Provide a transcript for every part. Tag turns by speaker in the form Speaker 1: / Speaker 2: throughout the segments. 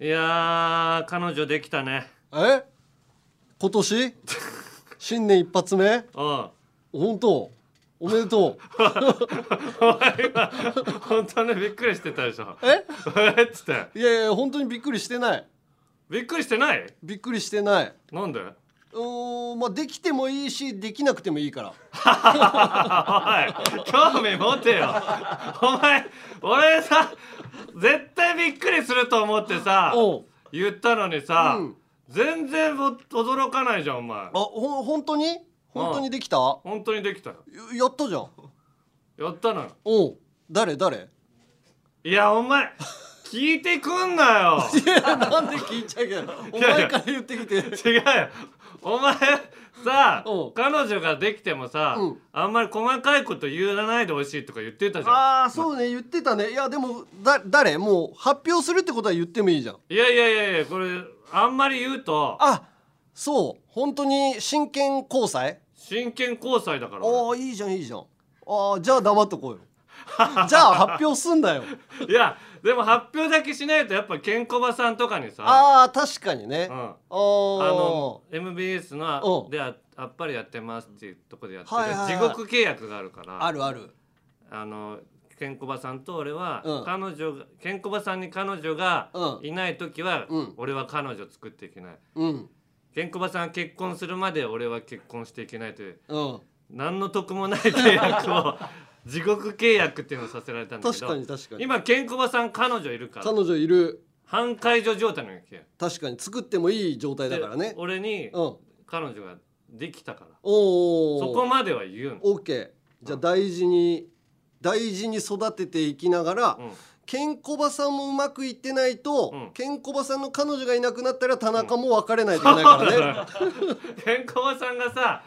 Speaker 1: いやー彼女できたね
Speaker 2: え今年新年一発目
Speaker 1: うん
Speaker 2: 本当おめでと
Speaker 1: お前今本当にびっくりしてたでしょ
Speaker 2: うえ
Speaker 1: えっつって
Speaker 2: いやいや本当にびっくりしてない
Speaker 1: びっくりしてない
Speaker 2: びっくりしてない
Speaker 1: なんでおいう
Speaker 2: ーんまあできてもいいしできなくてもいいから
Speaker 1: 興味持てよお前俺さ絶対びっくりすると思ってさ
Speaker 2: おう
Speaker 1: 言ったのにさ、
Speaker 2: うん
Speaker 1: 全然ぼ驚かないじゃんお前
Speaker 2: あほ本当に本当にできたや
Speaker 1: 本当にできたよ
Speaker 2: やったじゃん
Speaker 1: やったのよ
Speaker 2: おう誰誰
Speaker 1: いやお前聞いてくんなよ
Speaker 2: いやなんで聞いちゃうけど お前から言ってきて
Speaker 1: 違うよお前さ
Speaker 2: うん
Speaker 1: 彼女ができてもさ、
Speaker 2: うん
Speaker 1: あんまり細かいこと言わないでほしいとか言ってたじゃ
Speaker 2: ああそうね言ってたねいやでもだ誰もう発表するってことは言ってもいいじゃん
Speaker 1: んいやいやいやいやこれあんまり言うと
Speaker 2: あそう本当に真剣交際
Speaker 1: 真剣交際だから
Speaker 2: ああいいじゃんいいじゃんああじゃあ黙っとこうよ じゃあ発表すんだよ
Speaker 1: いやでも発表だけしないとやっぱケンコバさんとかにさ
Speaker 2: ああ確かにね、
Speaker 1: うん、
Speaker 2: あ
Speaker 1: あ
Speaker 2: あ
Speaker 1: の MBS の
Speaker 2: う
Speaker 1: あ
Speaker 2: ん
Speaker 1: でああっぱれやってますっていうとこでやってる、
Speaker 2: はいはいはい
Speaker 1: 地獄契約があるから
Speaker 2: あるある
Speaker 1: あのケンコバさんと俺は、
Speaker 2: うん
Speaker 1: 彼女がケンコバさんに彼女が
Speaker 2: うん
Speaker 1: いない時は、
Speaker 2: うん
Speaker 1: 俺は彼女作っていけない
Speaker 2: うん
Speaker 1: ケンコバさんが結婚するまで俺は結婚していけないという
Speaker 2: うん
Speaker 1: 何の得もない契約を地獄契約っていうのをさせられたんだけ
Speaker 2: 確
Speaker 1: ど
Speaker 2: かに確かに
Speaker 1: 今ケンコバさん彼女いるから
Speaker 2: 彼女いる
Speaker 1: 半解除状態の契約
Speaker 2: 確かに作ってもいい状態だからね
Speaker 1: で俺に
Speaker 2: うんお
Speaker 1: 彼女ができたから
Speaker 2: お
Speaker 1: そこまでは言うの、
Speaker 2: オッケーじゃあ大事に大事に育てていきながら、
Speaker 1: うん
Speaker 2: ケンコバさんもうまくいってないと、
Speaker 1: うん
Speaker 2: ケンコバさんの彼女がいなくなったら田中も別れないといけないからね、
Speaker 1: ケンコバさんがさ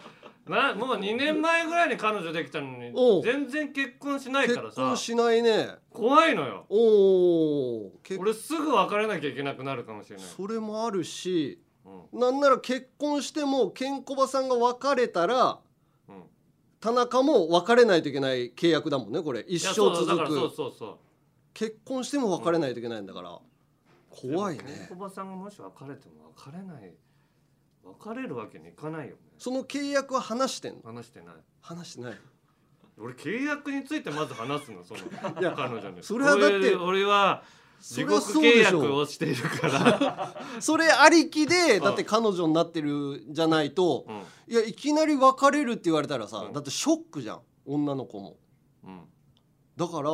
Speaker 1: なもう2年前ぐらいに彼女できたのに
Speaker 2: おう
Speaker 1: 全然結婚し ないから
Speaker 2: 結
Speaker 1: さ
Speaker 2: 婚しないね
Speaker 1: 怖いのよ
Speaker 2: おお結
Speaker 1: 俺すぐ別れなきゃいけなくなるかもしれない、
Speaker 2: それもあるし
Speaker 1: うん
Speaker 2: なんなら結婚してもケンコバさんが別れたら
Speaker 1: うん、
Speaker 2: 田中も別れないといけない契約だもんねこれ一
Speaker 1: いや
Speaker 2: 生
Speaker 1: そうだか
Speaker 2: 続
Speaker 1: らそう
Speaker 2: く
Speaker 1: そうそう
Speaker 2: 結婚しても別れないといけないんだから、怖い
Speaker 1: でもケン
Speaker 2: ね
Speaker 1: コバさんがもし別れても別れない別れるわけにいかないよね
Speaker 2: その契約は話してんの
Speaker 1: 話してない
Speaker 2: 話してない
Speaker 1: 俺契約についてまず話すのその
Speaker 2: いや
Speaker 1: 彼女に
Speaker 2: それはだっ
Speaker 1: 俺
Speaker 2: て
Speaker 1: 俺は
Speaker 2: そ
Speaker 1: 地
Speaker 2: れ
Speaker 1: 獄
Speaker 2: はそう
Speaker 1: 契
Speaker 2: でしょ
Speaker 1: 約をしているから、
Speaker 2: それありきで
Speaker 1: ん
Speaker 2: だって彼女になってるじゃないと
Speaker 1: うん
Speaker 2: いやいきなり別れるって言われたらさ
Speaker 1: うん
Speaker 2: だってショックじゃん女の子も
Speaker 1: うん、
Speaker 2: だから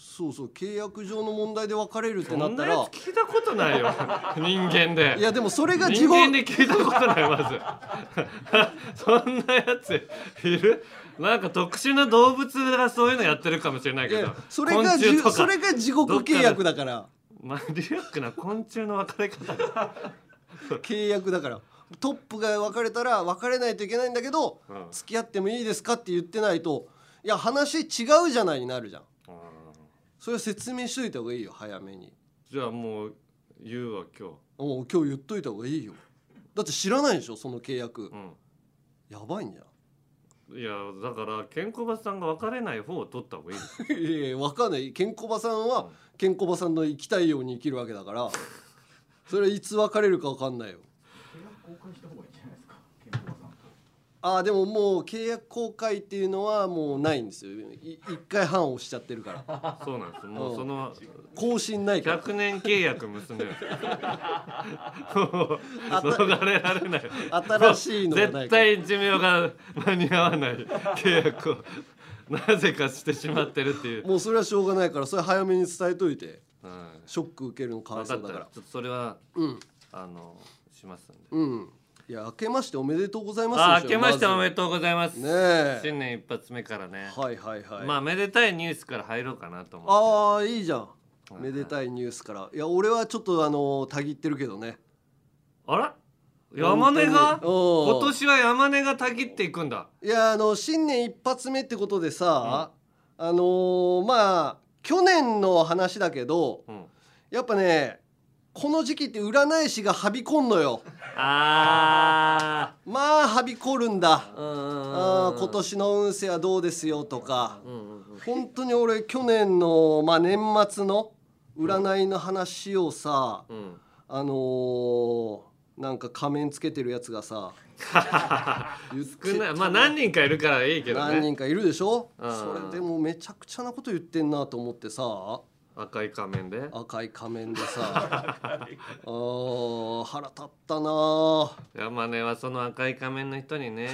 Speaker 2: そうそう契約上の問題で別れるってな
Speaker 1: そん
Speaker 2: った
Speaker 1: なや
Speaker 2: ら
Speaker 1: つ聞いたことないよ人間で
Speaker 2: いやでもそれが地
Speaker 1: 人
Speaker 2: 獄
Speaker 1: 間で聞いたことないまずそんなやついるなんか特殊な動物がそういうのやってるかもしれない
Speaker 2: い
Speaker 1: けど
Speaker 2: やそれがじ
Speaker 1: 昆虫と
Speaker 2: ゅ
Speaker 1: か
Speaker 2: それが地獄契約だから
Speaker 1: マニアックな昆虫の分かれ方だ、
Speaker 2: 契約だからトップが別れたら別れないといけないんだけど
Speaker 1: うんうん
Speaker 2: 付き合ってもいいですかって言ってないといや話違うじゃないになるじゃんそれは説明しといた方がいいよ早めに
Speaker 1: じゃあもう言うわ今
Speaker 2: もう今日言っといた方がいいよだって知らないでしょその契約
Speaker 1: 日、うん
Speaker 2: やばいんじゃん
Speaker 1: いやだからケンコバさんが別れない方を取った方がいいです
Speaker 2: いやいや分かんないケンコバさんはケンコバさんの生きたいように生きるわけだからそれはいつ別れるか分かんないよあーでももう契約公開っていうのはもうないんですよい一回半押しちゃってるから
Speaker 1: そうなんですも
Speaker 2: う
Speaker 1: うんその
Speaker 2: 更新ないから
Speaker 1: 100年契約結んでるもう
Speaker 2: あた
Speaker 1: 逃れられない
Speaker 2: 新しいのがな
Speaker 1: 絶
Speaker 2: いから
Speaker 1: 対寿命が間に合わない契約をなぜかしてしまってるっていう、
Speaker 2: もうそれはしょうがないからそれ早めに伝えといて
Speaker 1: うん
Speaker 2: ショック受けるのかわ
Speaker 1: 分
Speaker 2: い
Speaker 1: か
Speaker 2: そ
Speaker 1: ったち
Speaker 2: うだか
Speaker 1: ょ
Speaker 2: ら
Speaker 1: っとそれは
Speaker 2: うん
Speaker 1: あのしますんで
Speaker 2: うんいや明けましておめでとうございます
Speaker 1: あ
Speaker 2: でしょ
Speaker 1: 明けましてお
Speaker 2: ず
Speaker 1: めでとうございます、
Speaker 2: ねえ
Speaker 1: 新年一発目からね、
Speaker 2: はいはいはい、
Speaker 1: まあめでたいニュースから入ろうかなと思って
Speaker 2: ああいいじゃん
Speaker 1: はい
Speaker 2: めでたいニュースからいや俺はちょっとあのたぎってるけどね
Speaker 1: あら山根が
Speaker 2: 本当にう
Speaker 1: 今
Speaker 2: ん
Speaker 1: 年は山根がたぎっていくんだ
Speaker 2: いやあの新年一発目ってことでさ、あのーまあ去年の話だけど
Speaker 1: うん
Speaker 2: やっぱねこの時期って占い師がはびこんのよ
Speaker 1: あ
Speaker 2: まあはびこるんだ
Speaker 1: ーあ
Speaker 2: あー今年の運勢はどうですよとか
Speaker 1: うんうんうん
Speaker 2: 本当に俺去年のまあ年末の占いの話をさ
Speaker 1: うん、
Speaker 2: あのーなんか仮面つけてるやつ がさ言って
Speaker 1: 少ないまあ何人かいるからいいけど
Speaker 2: 何
Speaker 1: ね
Speaker 2: 人かいるでしょ
Speaker 1: うん
Speaker 2: それでもめちゃくちゃなこと言ってんなと思ってさ
Speaker 1: 赤い仮面で
Speaker 2: 赤い仮面でさ あー腹立ったなあ
Speaker 1: 山根はその赤い仮面の人に ね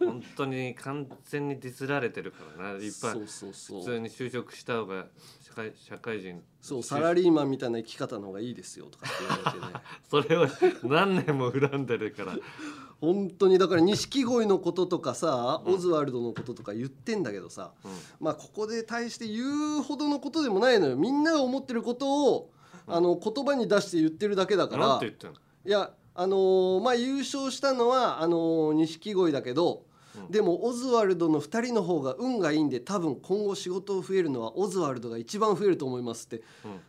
Speaker 1: 本当に完全にディスられてるからないっぱい
Speaker 2: そうそうそ
Speaker 1: 普通
Speaker 2: う
Speaker 1: に就職した方が社会社会人
Speaker 2: そうサラリーマンみたいな生き方の方がいいですよとかって言われてね
Speaker 1: それを何年も恨んでるから
Speaker 2: 本当にだから錦鯉のこととかさオズワルドのこととか言ってんだけどさ、まあここで対して言うほどのことでもないのよみんなが思ってることをあの言葉に出して言ってるだけだか
Speaker 1: なん
Speaker 2: ら
Speaker 1: て言ってんの
Speaker 2: いやあのーまあ優勝したのはあのー錦鯉だけど、
Speaker 1: うん
Speaker 2: でもオズワルドの2人の方が運がいいんで多分今後仕事を増えるのはオズワルドが一番増えると思いますって、
Speaker 1: うん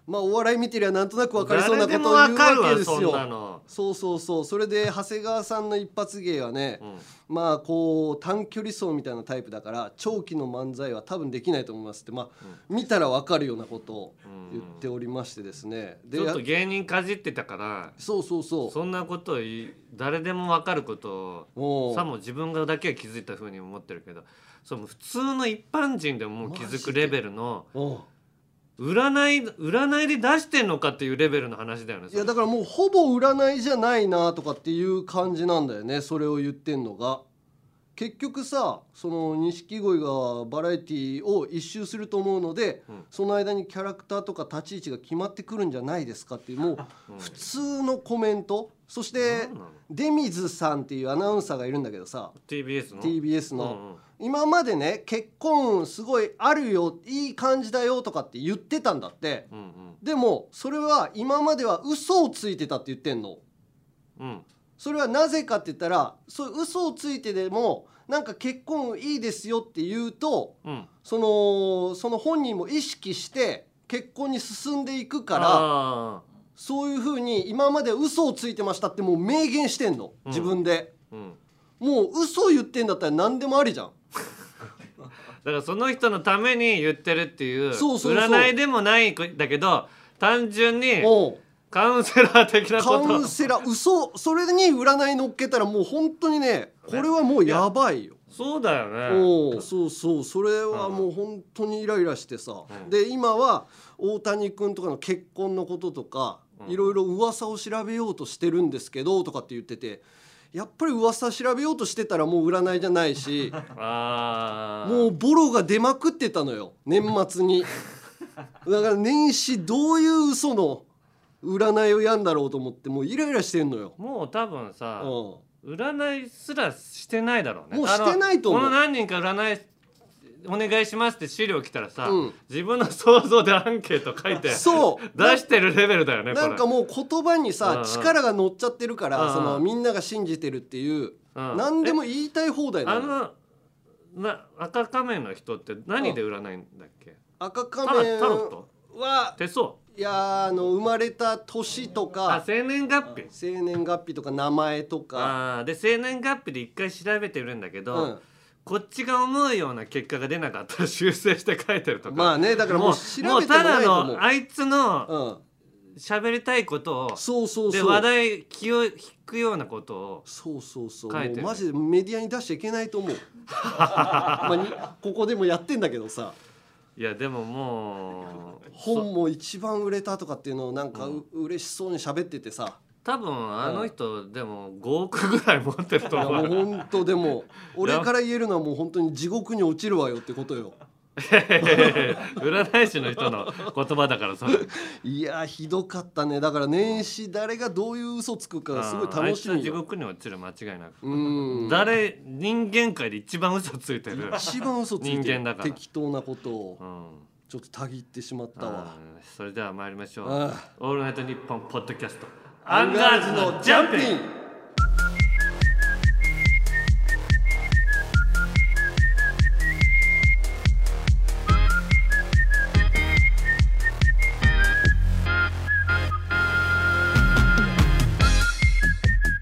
Speaker 2: まあお笑い見てりゃなんとなく分かりそうな
Speaker 1: 誰
Speaker 2: こと
Speaker 1: でも
Speaker 2: を言う
Speaker 1: わかる
Speaker 2: わけ
Speaker 1: わ
Speaker 2: です
Speaker 1: そんな
Speaker 2: よ。
Speaker 1: の、
Speaker 2: そうそうそうそれで長谷川さんの一発芸はね、
Speaker 1: うん、
Speaker 2: まあこう短距離走みたいなタイプだから長期の漫才は多分できないと思いますってまあ、見たら分かるようなことを言っておりましてですね、で
Speaker 1: ちょっと
Speaker 2: や
Speaker 1: 芸人かじってたから
Speaker 2: そうそうそう
Speaker 1: そんなことを言い誰でもわかること
Speaker 2: お
Speaker 1: を
Speaker 2: う
Speaker 1: さも自分がだけは気づいたふうに思ってるけどそう普通の一般人でももう気づくレベルの
Speaker 2: おう
Speaker 1: 占い占いで出してんのかっていうレベルの話だよねそ
Speaker 2: い
Speaker 1: れ
Speaker 2: やだからもうほぼ占いじゃないなとかっていう感じなんだよねそれを言ってんのが結局さその錦鯉がバラエティを一周すると思うので、
Speaker 1: うん
Speaker 2: その間にキャラクターとか立ち位置が決まってくるんじゃないですかっていうもう
Speaker 1: うん
Speaker 2: 普通のコメントそし
Speaker 1: な
Speaker 2: て
Speaker 1: んなの
Speaker 2: 出水さんっていうアナウンサーがいるんだけどさ
Speaker 1: TBS の
Speaker 2: TBS の、
Speaker 1: うんうん
Speaker 2: 今までね結婚運すごいあるよいい感じだよとかって言ってたんだって。
Speaker 1: うん
Speaker 2: でもそれは今までは嘘をついてたって言ってんの
Speaker 1: うんうん
Speaker 2: それはなぜかって言ったらそういう嘘をついてでもなんか結婚いいですよって言うと
Speaker 1: うん
Speaker 2: そのその本人も意識して結婚に進んでいくから
Speaker 1: ら
Speaker 2: そういうふうに今まで嘘をついてましたってもう明言してんの
Speaker 1: うん
Speaker 2: 自分で、
Speaker 1: うん
Speaker 2: もう嘘言ってんだったら何でもありじゃん
Speaker 1: だからその人のために言ってるっていう
Speaker 2: そうそうそう
Speaker 1: 占いでもないだけど単純に
Speaker 2: おう
Speaker 1: カウンセラー的な
Speaker 2: カ
Speaker 1: こと
Speaker 2: ウンセラー嘘それに占い乗っけたらもう本当にねこれはもうやばいよ
Speaker 1: そうだよね
Speaker 2: おうそうそうそれはもう本当にイライラしてさ、
Speaker 1: うん
Speaker 2: で今は大谷君とかの結婚のこととか、
Speaker 1: うん
Speaker 2: いろいろ噂を調べようとしてるんですけどとかって言っててやっぱり噂調べようとしてたらもう占いじゃな いし
Speaker 1: あー
Speaker 2: もうボロが出まくってたのよ年 末にだから年始どういう嘘の占いをやんだろうと思ってもうイライラしてんのよ。
Speaker 1: もう多分さ
Speaker 2: うん
Speaker 1: 占いすらしてないだろうね
Speaker 2: もうしてないと思う
Speaker 1: あのこの何人か占いお願いしますって資料来たらさ、
Speaker 2: うん
Speaker 1: 自分の想像でアンケート書いて
Speaker 2: そう
Speaker 1: 出してるレベルだよねこ
Speaker 2: な
Speaker 1: れ
Speaker 2: んかもう言葉に
Speaker 1: うんう
Speaker 2: さ
Speaker 1: ん
Speaker 2: 力が乗っちゃってるから、
Speaker 1: うんうん
Speaker 2: そのみんなが信じてるっていう、
Speaker 1: うん
Speaker 2: 何でも言いたい放題な
Speaker 1: あ
Speaker 2: の
Speaker 1: のな赤仮面の人って何で占いんだっけ
Speaker 2: 赤
Speaker 1: タ
Speaker 2: 仮
Speaker 1: ロ
Speaker 2: 面
Speaker 1: タロット
Speaker 2: は
Speaker 1: 手相
Speaker 2: いやーあの生まれた年と
Speaker 1: あ
Speaker 2: か
Speaker 1: 生年月日
Speaker 2: 生年月日とか名前とか
Speaker 1: あーで生年月日で一回調べてるんだけど、
Speaker 2: うん
Speaker 1: こっちが思うような結果が出なかったら修正して書いてるとか
Speaker 2: まあねだからもう
Speaker 1: も
Speaker 2: 調
Speaker 1: うも
Speaker 2: べ
Speaker 1: う
Speaker 2: ても
Speaker 1: た
Speaker 2: な
Speaker 1: だ
Speaker 2: いと思う
Speaker 1: のあいつの
Speaker 2: うん、
Speaker 1: 喋りたいことを
Speaker 2: そうそう
Speaker 1: で
Speaker 2: そう
Speaker 1: 話題気を引くようなことを
Speaker 2: そうそうそう
Speaker 1: 書いてる
Speaker 2: もうマジでメディアに出しちゃいけないと思 うまあにここでもやってんだけどさ
Speaker 1: いやでももう
Speaker 2: 本も一番売れたとかっていうのをなんかう、嬉しそうに喋っててさ
Speaker 1: 多分あの人でも5億ぐらい持って ると
Speaker 2: いや
Speaker 1: 思
Speaker 2: もう
Speaker 1: う
Speaker 2: 本当でも俺から言えるのはもう本当に地獄に落ちるわよってことよ
Speaker 1: 占い師の人の言葉だからそれ
Speaker 2: いやーひどかったねだから年始誰がどういう嘘つくかすごい
Speaker 1: あーあ
Speaker 2: 楽
Speaker 1: いつ
Speaker 2: し
Speaker 1: は
Speaker 2: み
Speaker 1: 地
Speaker 2: よ
Speaker 1: 獄に落ちる間違いなく、
Speaker 2: うん
Speaker 1: 誰人間界で一番嘘ついてる、
Speaker 2: 一番嘘ついて
Speaker 1: 人間
Speaker 2: る
Speaker 1: だから
Speaker 2: 適当なことを
Speaker 1: うん
Speaker 2: ちょっとたぎってしまったわ
Speaker 1: うんそれでは参りましょう
Speaker 2: あ
Speaker 1: 「オールナイトニッポン」ポッドキャストアンガールズのジャンピン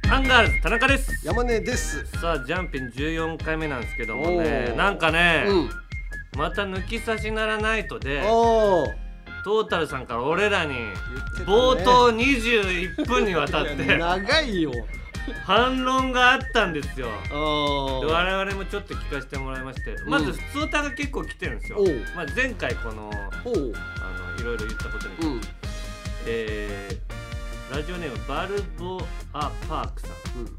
Speaker 1: アンガールズ田中です
Speaker 2: 山根です
Speaker 1: さあジャンピン14回目なんですけども
Speaker 2: お
Speaker 1: ね
Speaker 2: ー
Speaker 1: なんかね、
Speaker 2: うん
Speaker 1: また抜き差しならないとで
Speaker 2: おー
Speaker 1: トータルさんから俺らに
Speaker 2: ってたね
Speaker 1: 冒頭21分にわたって
Speaker 2: 長いよ
Speaker 1: 反論があったんですよ
Speaker 2: あ
Speaker 1: で
Speaker 2: ー
Speaker 1: 我々もちょっと聞かせてもらいましてまず普通歌が結構来てるんですよ、
Speaker 2: おう
Speaker 1: まあ、前回この
Speaker 2: おう
Speaker 1: あのいろいろ言ったことに、
Speaker 2: うん
Speaker 1: えーラジオネームバルボアパークさん、
Speaker 2: うん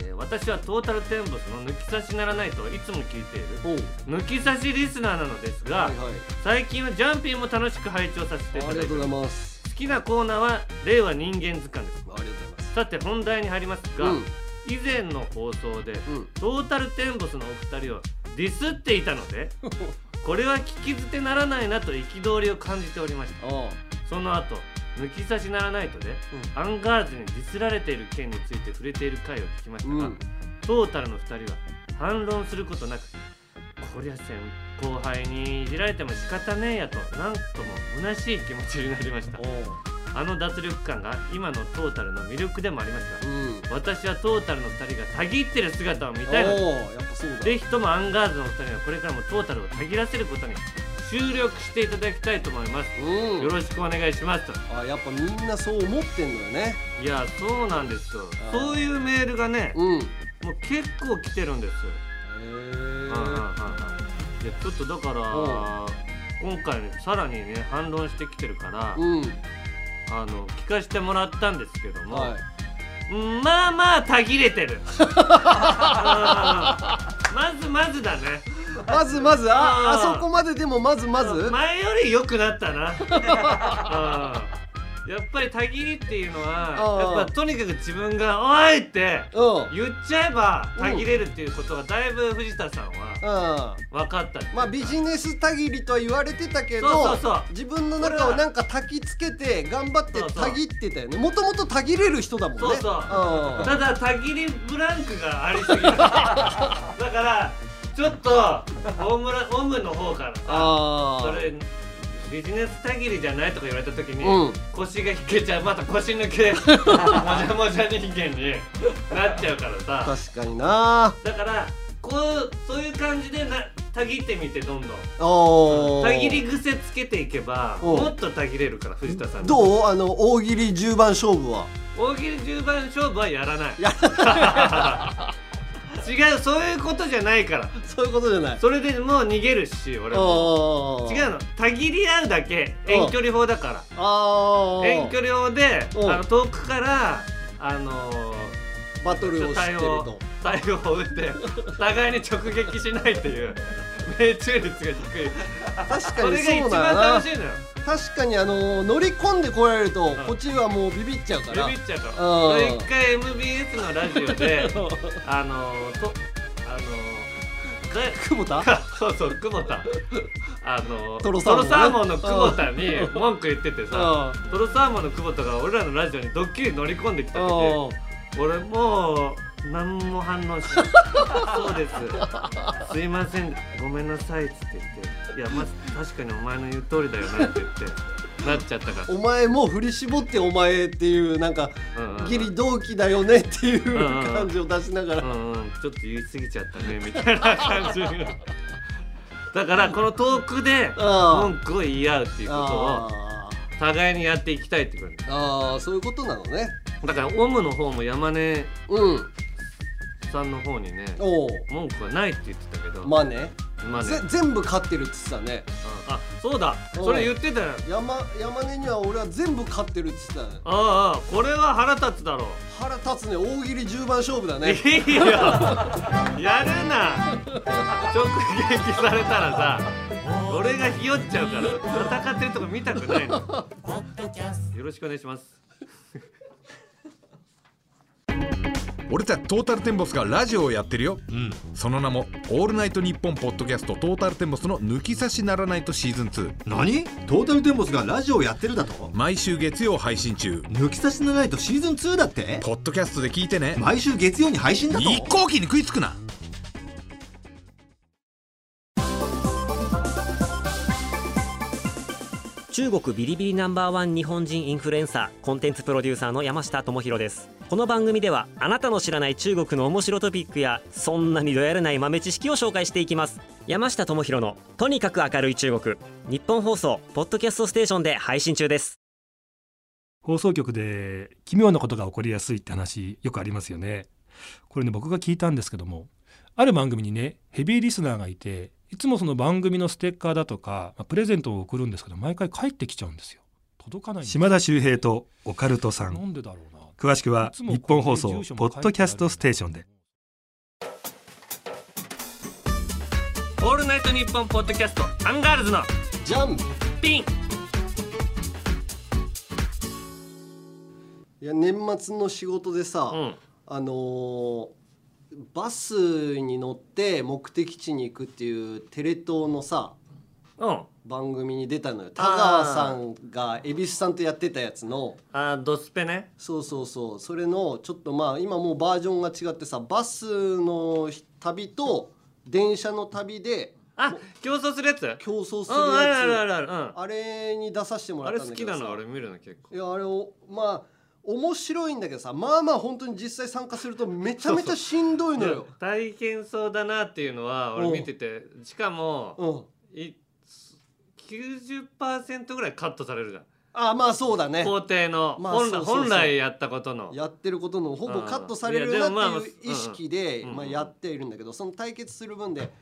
Speaker 1: えー私はトータルテンボスの「抜き差しならない」といつも聞いている
Speaker 2: おう
Speaker 1: 抜き差しリスナーなのですが、
Speaker 2: はいはい
Speaker 1: 最近はジャンピンも楽しく拝聴させてい
Speaker 2: あ
Speaker 1: ただ
Speaker 2: りが
Speaker 1: い
Speaker 2: と
Speaker 1: て
Speaker 2: うございます
Speaker 1: 好きなコーナーは「令和人間図鑑」です
Speaker 2: ありがとうございます
Speaker 1: さて本題に入りますが、
Speaker 2: うん
Speaker 1: 以前の放送で
Speaker 2: うん
Speaker 1: トータルテンボスのお二人をディスっていたのでこれは聞き捨てならないなと憤りを感じて おりました
Speaker 2: ああ
Speaker 1: その後抜き差しならないとで、
Speaker 2: う
Speaker 1: アンガールズにディスられている件について触れている回を聞きました
Speaker 2: う
Speaker 1: が、
Speaker 2: ん
Speaker 1: トータルの2人は反論することなくこりゃ先後輩にいじられても仕方ねえやとなんとも虚しい気持ちになりました
Speaker 2: おう
Speaker 1: あの脱力感が今のトータルの魅力でもありますが
Speaker 2: うん
Speaker 1: 私はトータルの2人がたぎってる姿を見
Speaker 2: おう
Speaker 1: たいのです
Speaker 2: やっぱそうだ
Speaker 1: ぜひともアンガールズのお二人はこれからもトータルをたぎらせることに注力していただきたいと思います
Speaker 2: うん
Speaker 1: よろしくお願いしますと
Speaker 2: あやっぱみんなそう思ってんのよね
Speaker 1: いやそうなんですよ
Speaker 2: あー
Speaker 1: そういうメールがね
Speaker 2: うんへ
Speaker 1: もう結構来てるんですよ
Speaker 2: え
Speaker 1: はいはいはいでちょっとだから今回ねさらにね反論してきてるから、
Speaker 2: うん
Speaker 1: あの聞かせてもらったんですけども、
Speaker 2: はい
Speaker 1: うんまあまあたぎれてるうんまずまずだね
Speaker 2: まずま ずあ
Speaker 1: あー
Speaker 2: あそこまででもまずまず
Speaker 1: 前より良くなったなうんやっぱりたぎりっていうのは
Speaker 2: あー
Speaker 1: やっぱとにかく自分が「おい!」って
Speaker 2: うんうん
Speaker 1: 言っちゃえばたぎれるっていうことがだいぶ藤田さんは分かったっていうか
Speaker 2: まあビジネスたぎりとは言われてたけ
Speaker 1: そうそ
Speaker 2: ど
Speaker 1: うそう
Speaker 2: 自分の中をなんか焚きつけて頑張って
Speaker 1: そうそう
Speaker 2: たぎってたよねもともとたぎれる人だもんね
Speaker 1: そうそうただたぎりブランクがありすぎるだからちょっとオムラオムの方からさ
Speaker 2: あ
Speaker 1: それ
Speaker 2: ー
Speaker 1: ビジネスたぎりじゃないとか言われた時に、
Speaker 2: うん
Speaker 1: 腰が引けちゃうまた腰抜 けもじゃもじゃ人間になっちゃうからさ
Speaker 2: 確かにな
Speaker 1: だからこうそういう感じでなたぎってみてどんどん
Speaker 2: お
Speaker 1: たぎり癖つけていけば
Speaker 2: おう
Speaker 1: もっとたぎれるから藤田さんに
Speaker 2: どうあの大喜利10番勝負は
Speaker 1: 大喜利10番勝負はやらない 違うそういうことじゃないから
Speaker 2: そういうことじゃない
Speaker 1: それでもう逃げるし俺も
Speaker 2: あー
Speaker 1: 違うのたぎり合うだけ遠距離法だか
Speaker 2: あ
Speaker 1: ら
Speaker 2: ー
Speaker 1: 遠距離法で
Speaker 2: うん
Speaker 1: あの遠くからあのー
Speaker 2: バトルを知ってると
Speaker 1: 対応を打 って互いに直撃しないっていう命中率が低い
Speaker 2: 確か
Speaker 1: そ
Speaker 2: に
Speaker 1: れが
Speaker 2: そう
Speaker 1: 一
Speaker 2: だ
Speaker 1: 番
Speaker 2: よな
Speaker 1: 楽しいのよ
Speaker 2: 確かにあの乗り込んでこられると
Speaker 1: ん
Speaker 2: こっちはもうビビっちゃうから
Speaker 1: ビビっちゃうから
Speaker 2: うん
Speaker 1: 一回 MBS のラジオ であのーとあのーが
Speaker 2: 久保田
Speaker 1: そうそう久保田あの
Speaker 2: トロサーモンね
Speaker 1: トモンの久保田に文句言っててさトロサーモンの久保田が俺らのラジオにドッキリ乗り込んできた時
Speaker 2: うん
Speaker 1: 俺もう何も反応しない そうですすいませんごめんなさいっつって言っていやまあ確かにお前の言う通りだよなって言ってなっちゃったから
Speaker 2: お前も振り絞ってお前っていうなんか
Speaker 1: うんうんうん
Speaker 2: ギリ同期だよねっていう
Speaker 1: うんうん
Speaker 2: 感じを出しながら
Speaker 1: うんうんちょっと言い過ぎちゃったねみたいな感じだからこのトークで
Speaker 2: あー
Speaker 1: 文句を言い合うっていうことを
Speaker 2: あー
Speaker 1: 互いにやっていきたいってことね
Speaker 2: あーそういうことなのね
Speaker 1: だからオムの方も山根
Speaker 2: うん
Speaker 1: さんの方にね
Speaker 2: おお
Speaker 1: 文句はないって言ってたけど
Speaker 2: まあね
Speaker 1: 今ね
Speaker 2: ぜ全部勝ってるっつってたね
Speaker 1: ああそうだ
Speaker 2: おう
Speaker 1: それ言ってたよ
Speaker 2: 山山根には俺は全部勝ってるっつってたね
Speaker 1: ああこれは腹立つだろ
Speaker 2: 腹立つね大喜利10番勝負だ
Speaker 1: う、
Speaker 2: ね
Speaker 1: いいよやるな直撃されたらさ俺がひよっちゃうから戦ってるとこ見たくないのよろしくお願いします
Speaker 3: 俺たちトータルテンボスがラジオをやってるよ、その名も「オールナイトニッポン」ポッドキャストトータルテンボスの「抜き差しならないと」シーズン2
Speaker 4: 何トータルテンボスがラジオやってるだと
Speaker 3: 毎週月曜配信中
Speaker 4: 抜き差しならないとシーズン2だって
Speaker 3: ポッドキャストで聞いてね
Speaker 4: 毎週月曜に配信だと
Speaker 3: 一向機に食いつくな
Speaker 5: 中国ビリビリナンバーワン日本人インフルエンサーコンテンツプロデューサーの山下智博ですこの番組ではあなたの知らない中国の面白トピックやそんなにどやらない豆知識を紹介していきます山下智博のとにかく明るい中国日本放送ポッドキャストステーションで配信中です
Speaker 6: 放送局で奇妙なことが起こりやすいって話よくありますよねこれね僕が聞いたんですけどもある番組にねヘビーリスナーがいていつもその番組のステッカーだとか、まあプレゼントを送るんですけど毎回帰ってきちゃうんですよ届かないんですよ
Speaker 7: 島田秀平とオカルトさ
Speaker 6: なんんでだろうな
Speaker 7: 詳しくはい
Speaker 6: つも
Speaker 7: 日本放送
Speaker 6: 住所も書いてあ
Speaker 7: ポ
Speaker 6: る
Speaker 7: ッドキャストステーションで
Speaker 1: オールナイトニッポンポッドキャストアンガールズの
Speaker 2: じゃん
Speaker 1: ピン
Speaker 2: いや年末の仕事でさ、
Speaker 1: うん
Speaker 2: あのーバスに乗って目的地に行くっていうテレ東のさ
Speaker 1: うん
Speaker 2: 番組に出たのよ田川さんが恵比寿さんとやってたやつの
Speaker 1: あードスペね
Speaker 2: そうそうそうそれのちょっとまあ今もうバージョンが違ってさバスの旅と電車の旅で
Speaker 1: あ競争するやつ
Speaker 2: 競争す
Speaker 1: う
Speaker 2: る
Speaker 1: んあるあるあ
Speaker 2: や
Speaker 1: るある、うん
Speaker 2: つあれに出させても
Speaker 1: あ
Speaker 2: らっ
Speaker 1: れ
Speaker 2: たん
Speaker 1: 好
Speaker 2: だけ
Speaker 1: き
Speaker 2: ど
Speaker 1: な
Speaker 2: さ
Speaker 1: の俺見るの結構
Speaker 2: いやあれをまあ面白いんだけどさまあまあ本当に実際参加するとめちゃめちゃしんどいの よ。
Speaker 1: 体験そうだなっていうのは俺見ててしかも
Speaker 2: うん、
Speaker 1: い90%ぐらいカットされるじゃん
Speaker 2: あまあそうだね
Speaker 1: 工程の
Speaker 2: まあ
Speaker 1: 本
Speaker 2: そ
Speaker 1: 来
Speaker 2: うそうそう
Speaker 1: 本来やったことの
Speaker 2: やってることのほぼカットされ
Speaker 1: うんい
Speaker 2: る
Speaker 1: やでもま
Speaker 2: な
Speaker 1: あ
Speaker 2: っていう意識で
Speaker 1: うんうん
Speaker 2: まあやっているんだけどその対決する分で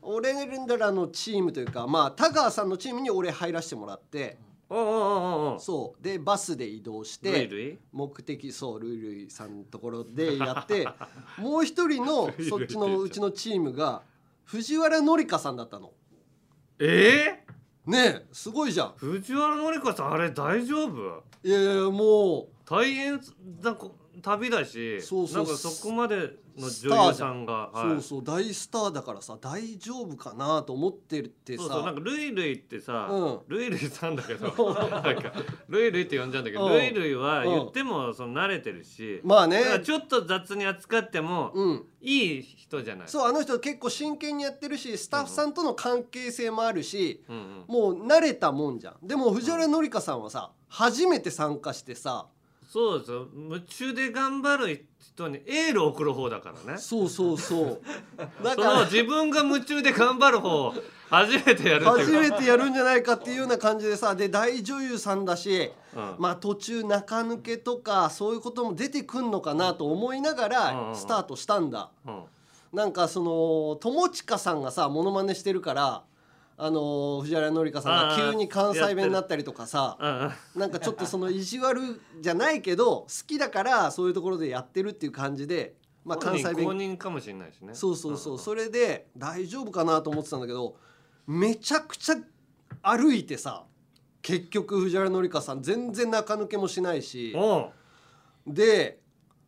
Speaker 2: 俺らのチームというかまあ田川さんのチームに俺入らせてもらって
Speaker 1: おうおうおうおう
Speaker 2: そうでバスで移動し
Speaker 1: ルイ
Speaker 2: て
Speaker 1: ルイ
Speaker 2: 目的そうルイルイさんのところでやって もう一人のそっちのうちのチームが藤原紀香さんだったの。
Speaker 1: ええ
Speaker 2: ねえすごいじゃん
Speaker 1: 藤原紀香さんあれ大丈夫
Speaker 2: いやいやいやも
Speaker 1: 大変なんか旅だし
Speaker 2: そうそう
Speaker 1: なんかそこまでの女優さんが、
Speaker 2: う、
Speaker 1: はい、
Speaker 2: そうそう大スターだからさ大丈夫かなと思ってるってさ
Speaker 1: そうそうなんかルイルイってさ、
Speaker 2: うん
Speaker 1: ルイルイさんだけど なんかルイルイって呼んじゃうんだけど、
Speaker 2: うん
Speaker 1: ルイルイは
Speaker 2: うん
Speaker 1: 言ってもその慣れてるし、
Speaker 2: まあね
Speaker 1: だからちょっと雑に扱っても、
Speaker 2: うん
Speaker 1: いい人じゃない
Speaker 2: そうあの人結構真剣にやってるしスタッフさんとの関係性もあるし、
Speaker 1: うんうん、
Speaker 2: もう慣れたもんじゃんでも藤原紀香さんはさ初めて参加してさ
Speaker 1: そうですよ夢中で頑張る人にエールを送る方だからねそ
Speaker 2: そうそ うそうだか
Speaker 1: の
Speaker 2: ら
Speaker 1: 自分が夢中で頑張る方を初めてやるって
Speaker 2: 初
Speaker 1: いう
Speaker 2: め
Speaker 1: か
Speaker 2: てやるんじゃないかっていうような感じでさで大女優さんだし、
Speaker 1: うん
Speaker 2: まあ途中中抜けとかそういうことも出てくんのかなと思いなが
Speaker 1: うんう
Speaker 2: ら
Speaker 1: ん
Speaker 2: スタートしたんだ。
Speaker 1: うん
Speaker 2: なんかその友近さんがさモノマネしてるからあのー藤原紀香さんが急に関西弁になったりとかさ
Speaker 1: うん
Speaker 2: なんかちょっとその意地悪じゃないけど好きだからそういうところでやってるっていう感じで、まあ、関西
Speaker 1: 公
Speaker 2: 弁
Speaker 1: 認かもしれないしね
Speaker 2: そうそうそう
Speaker 1: れ
Speaker 2: それで大丈夫かなと思ってたんだけどめちゃくちゃ歩いてさ結局藤原紀香さん全然中抜けもしないし。
Speaker 1: おう
Speaker 2: で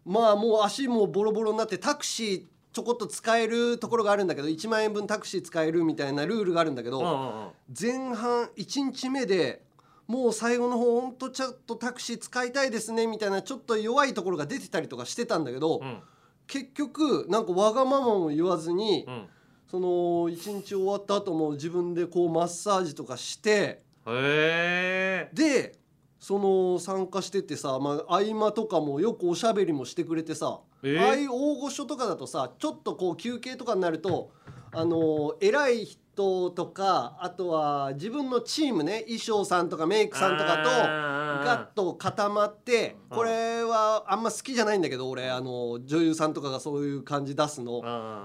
Speaker 2: まあもう足もボロボロになってタクシーちょこっと使えるところがあるんだけど1万円分タクシー使えるみたいなルールがあるんだけ
Speaker 1: おうお
Speaker 2: ど
Speaker 1: う
Speaker 2: 前半1日目でもう最後の方ほんとちょっとタクシー使いたいですねみたいなちょっと弱いところが出てたりとかしてたんだけど、
Speaker 1: おううん
Speaker 2: 結局なんかわがままも言わずに、
Speaker 1: うん
Speaker 2: その1日終わった後も自分でこうマッサージとかして。
Speaker 1: へえ
Speaker 2: でその参加しててさ、まあ、合間とかもよくおしゃべりもしてくれてさ、
Speaker 1: えー
Speaker 2: ああいう大御所とかだとさちょっとこう休憩とかになるとあの偉い人とかあとは自分のチームね衣装さんとかメイクさんとかとガッと固まって
Speaker 1: うん
Speaker 2: これはあんま好きじゃないんだけど俺あの女優さんとかがそういう感じ出すの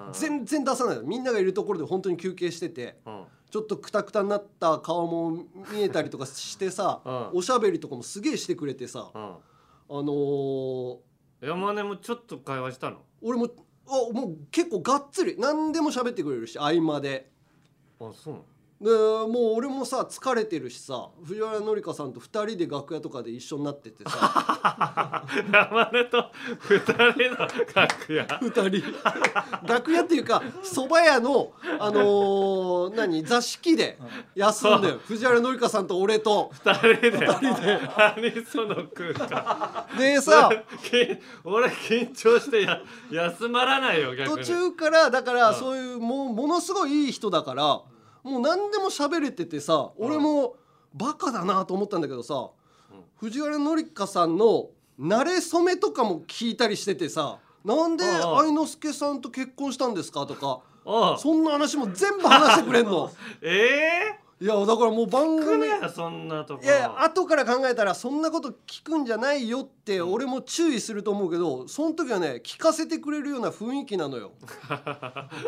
Speaker 1: と
Speaker 2: 全然出さないのみんながいるところで本当に休憩してて。
Speaker 1: うん
Speaker 2: ちょっとクタクタになった顔も見えたりとかしてさ、
Speaker 1: うん
Speaker 2: おしゃべりとかもすげえしてくれてさ、
Speaker 1: うん
Speaker 2: あのー
Speaker 1: 山根もちょっと会話したの
Speaker 2: 俺もあもう結構がっつり何でも喋ってくれるし合間で。
Speaker 1: あそうなの
Speaker 2: でもう俺もさ疲れてるしさ藤原紀香さんと2人で楽屋とかで一緒になってて さ
Speaker 1: 山根と二人の楽屋
Speaker 2: 2人 楽屋っていうか蕎麦屋のあのー何座敷で休んで藤原紀香さんと俺と
Speaker 1: 二人で何その空間
Speaker 2: で さ
Speaker 1: き俺緊張してや休まらないよ逆に
Speaker 2: 途中からだから
Speaker 1: うん
Speaker 2: そういうもうものすごいいい人だからもう何でも喋れててさ俺もバカだなと思ったんだけどさ、藤原紀香さんの「慣れ初め」とかも聞いたりしててさなんで
Speaker 1: ああ
Speaker 2: 愛之助さんと結婚したんですかとか
Speaker 1: ああ
Speaker 2: そんな話も全部話してくれんの
Speaker 1: え
Speaker 2: いやだからもう番
Speaker 1: えー、来
Speaker 2: 組
Speaker 1: るやそんなとこ
Speaker 2: いやいや後から考えたらそんなこと聞くんじゃないよって俺も注意すると思うけどその時はね聞かせてくれるような雰囲気な のよ。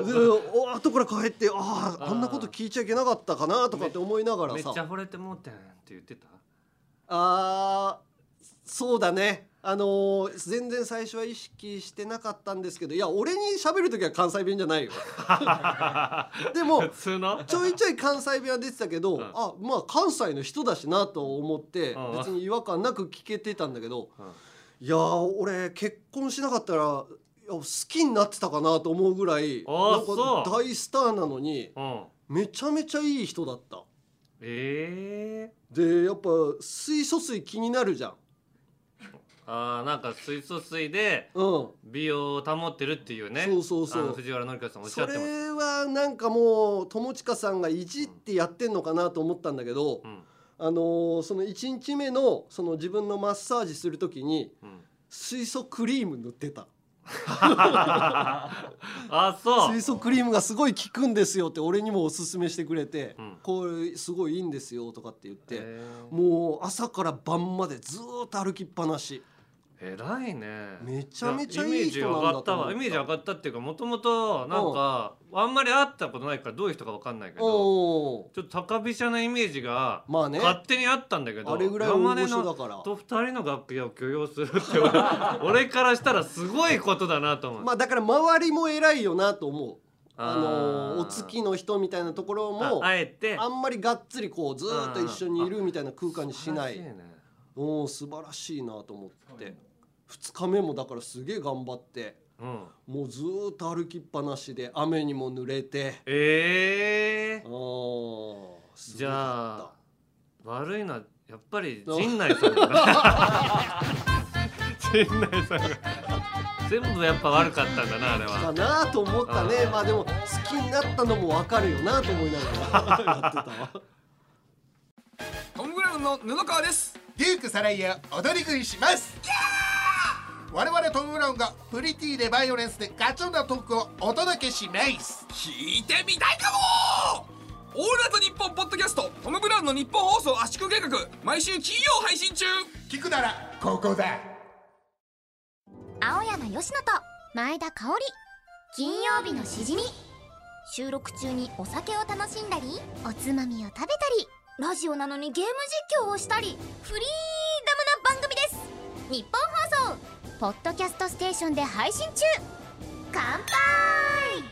Speaker 2: でお後から帰ってあああんなこと聞いちゃいけなかったかなとかって思いながら
Speaker 1: めっちゃ
Speaker 2: さ
Speaker 1: 惚れてもうてんって言ってた
Speaker 2: あーそうだねあのー全然最初は意識してなかったんですけどいや俺に喋る時は関西弁じ ゃないよ。でも
Speaker 1: 普通 の
Speaker 2: ちょいちょい関西弁は出てたけど、
Speaker 1: ん
Speaker 2: あまあ関西の人だしなと思って、
Speaker 1: うん
Speaker 2: 別に違和感なく聞けてたんだけど、
Speaker 1: うん
Speaker 2: いやー俺結婚しなかったらいや好きになってたかなと思うぐらい
Speaker 1: あー
Speaker 2: なんか
Speaker 1: そう
Speaker 2: 大スターなのに
Speaker 1: うん
Speaker 2: めちゃめちゃいい人だった。
Speaker 1: ええ
Speaker 2: でやっぱ水素水気になるじゃん。
Speaker 1: あーなんか水素水で
Speaker 2: うん、
Speaker 1: 美容を保ってるっていうね
Speaker 2: そうそうそう
Speaker 1: あの藤原紀香さんおっしゃ
Speaker 2: そ
Speaker 1: ってます
Speaker 2: れはなんかもう友近さんがいじってやってんのかなと思ったんだけど、
Speaker 1: うん
Speaker 2: あのーその1日目のその自分のマッサージする時に
Speaker 1: うん
Speaker 2: 水素クリーム塗ってた
Speaker 1: あそう
Speaker 2: 水素クリームがすごい効くんですよって俺にもおすすめしてくれて、
Speaker 1: うん
Speaker 2: これすごいいいんですよとかって言って、
Speaker 1: え
Speaker 2: もう朝から晩までずーっと歩きっぱなし
Speaker 1: えらいね
Speaker 2: めちゃめちゃい
Speaker 1: やイメ
Speaker 2: い
Speaker 1: ージ
Speaker 2: 人
Speaker 1: 上
Speaker 2: なん
Speaker 1: が
Speaker 2: だ
Speaker 1: っ
Speaker 2: と
Speaker 1: た
Speaker 2: 思っ
Speaker 1: わ
Speaker 2: た
Speaker 1: イメージ上がったっていうかもともとなんかあんまり会ったことないからどういう人か分かんないけど
Speaker 2: おお
Speaker 1: ちょっと高飛車なイメージが
Speaker 2: まあね
Speaker 1: 勝手にあったんだけど
Speaker 2: あれぐらい大
Speaker 1: 山根
Speaker 2: 御所だ
Speaker 1: の
Speaker 2: から
Speaker 1: と二人の楽屋を許容するって俺俺 からしたらすごいことだなと思う、
Speaker 2: まあだから周りも偉いよなと思うあ
Speaker 1: あー
Speaker 2: のーお付きの人みたいなところ
Speaker 1: あ
Speaker 2: も
Speaker 1: あえて
Speaker 2: あんまりがっつりこうずーっと一緒にいるみたいな空間にし
Speaker 1: 素晴ら
Speaker 2: ない
Speaker 1: しね
Speaker 2: おー素晴らしいなと思って2日目もだからすげえ頑張って
Speaker 1: うん
Speaker 2: もうずーっと歩きっぱなしで雨にも濡れて
Speaker 1: ええ
Speaker 2: あーす
Speaker 1: じ
Speaker 2: ご
Speaker 1: ゃ
Speaker 2: か
Speaker 1: あ悪いのはやっぱり陣内さんだな 陣内さんが全部やっぱ悪かったんだなあれ
Speaker 2: った
Speaker 1: は
Speaker 2: かなと思ったね
Speaker 1: あー
Speaker 2: まあでも好きになったのも分かるよなと思いなが らやってたわ
Speaker 8: トム・ブラウンの布川です
Speaker 9: デュークサライヤ踊り食いします我々トム・ブラウンがプリティでバイオレンスでガチョンなトークをお届けします
Speaker 8: 聞いてみたいかもオールナイトニッポンポッドキャストトム・ブラウンの日本放送圧縮計画毎週金曜配信中
Speaker 9: 聞くならここだ
Speaker 10: 青山佳乃と前田香織金曜日のしじみ収録中にお酒を楽しんだりおつまみを食べたりラジオなのにゲーム実況をしたりフリーダムな番組です日本放送ポッドキャストステーションで配信中乾杯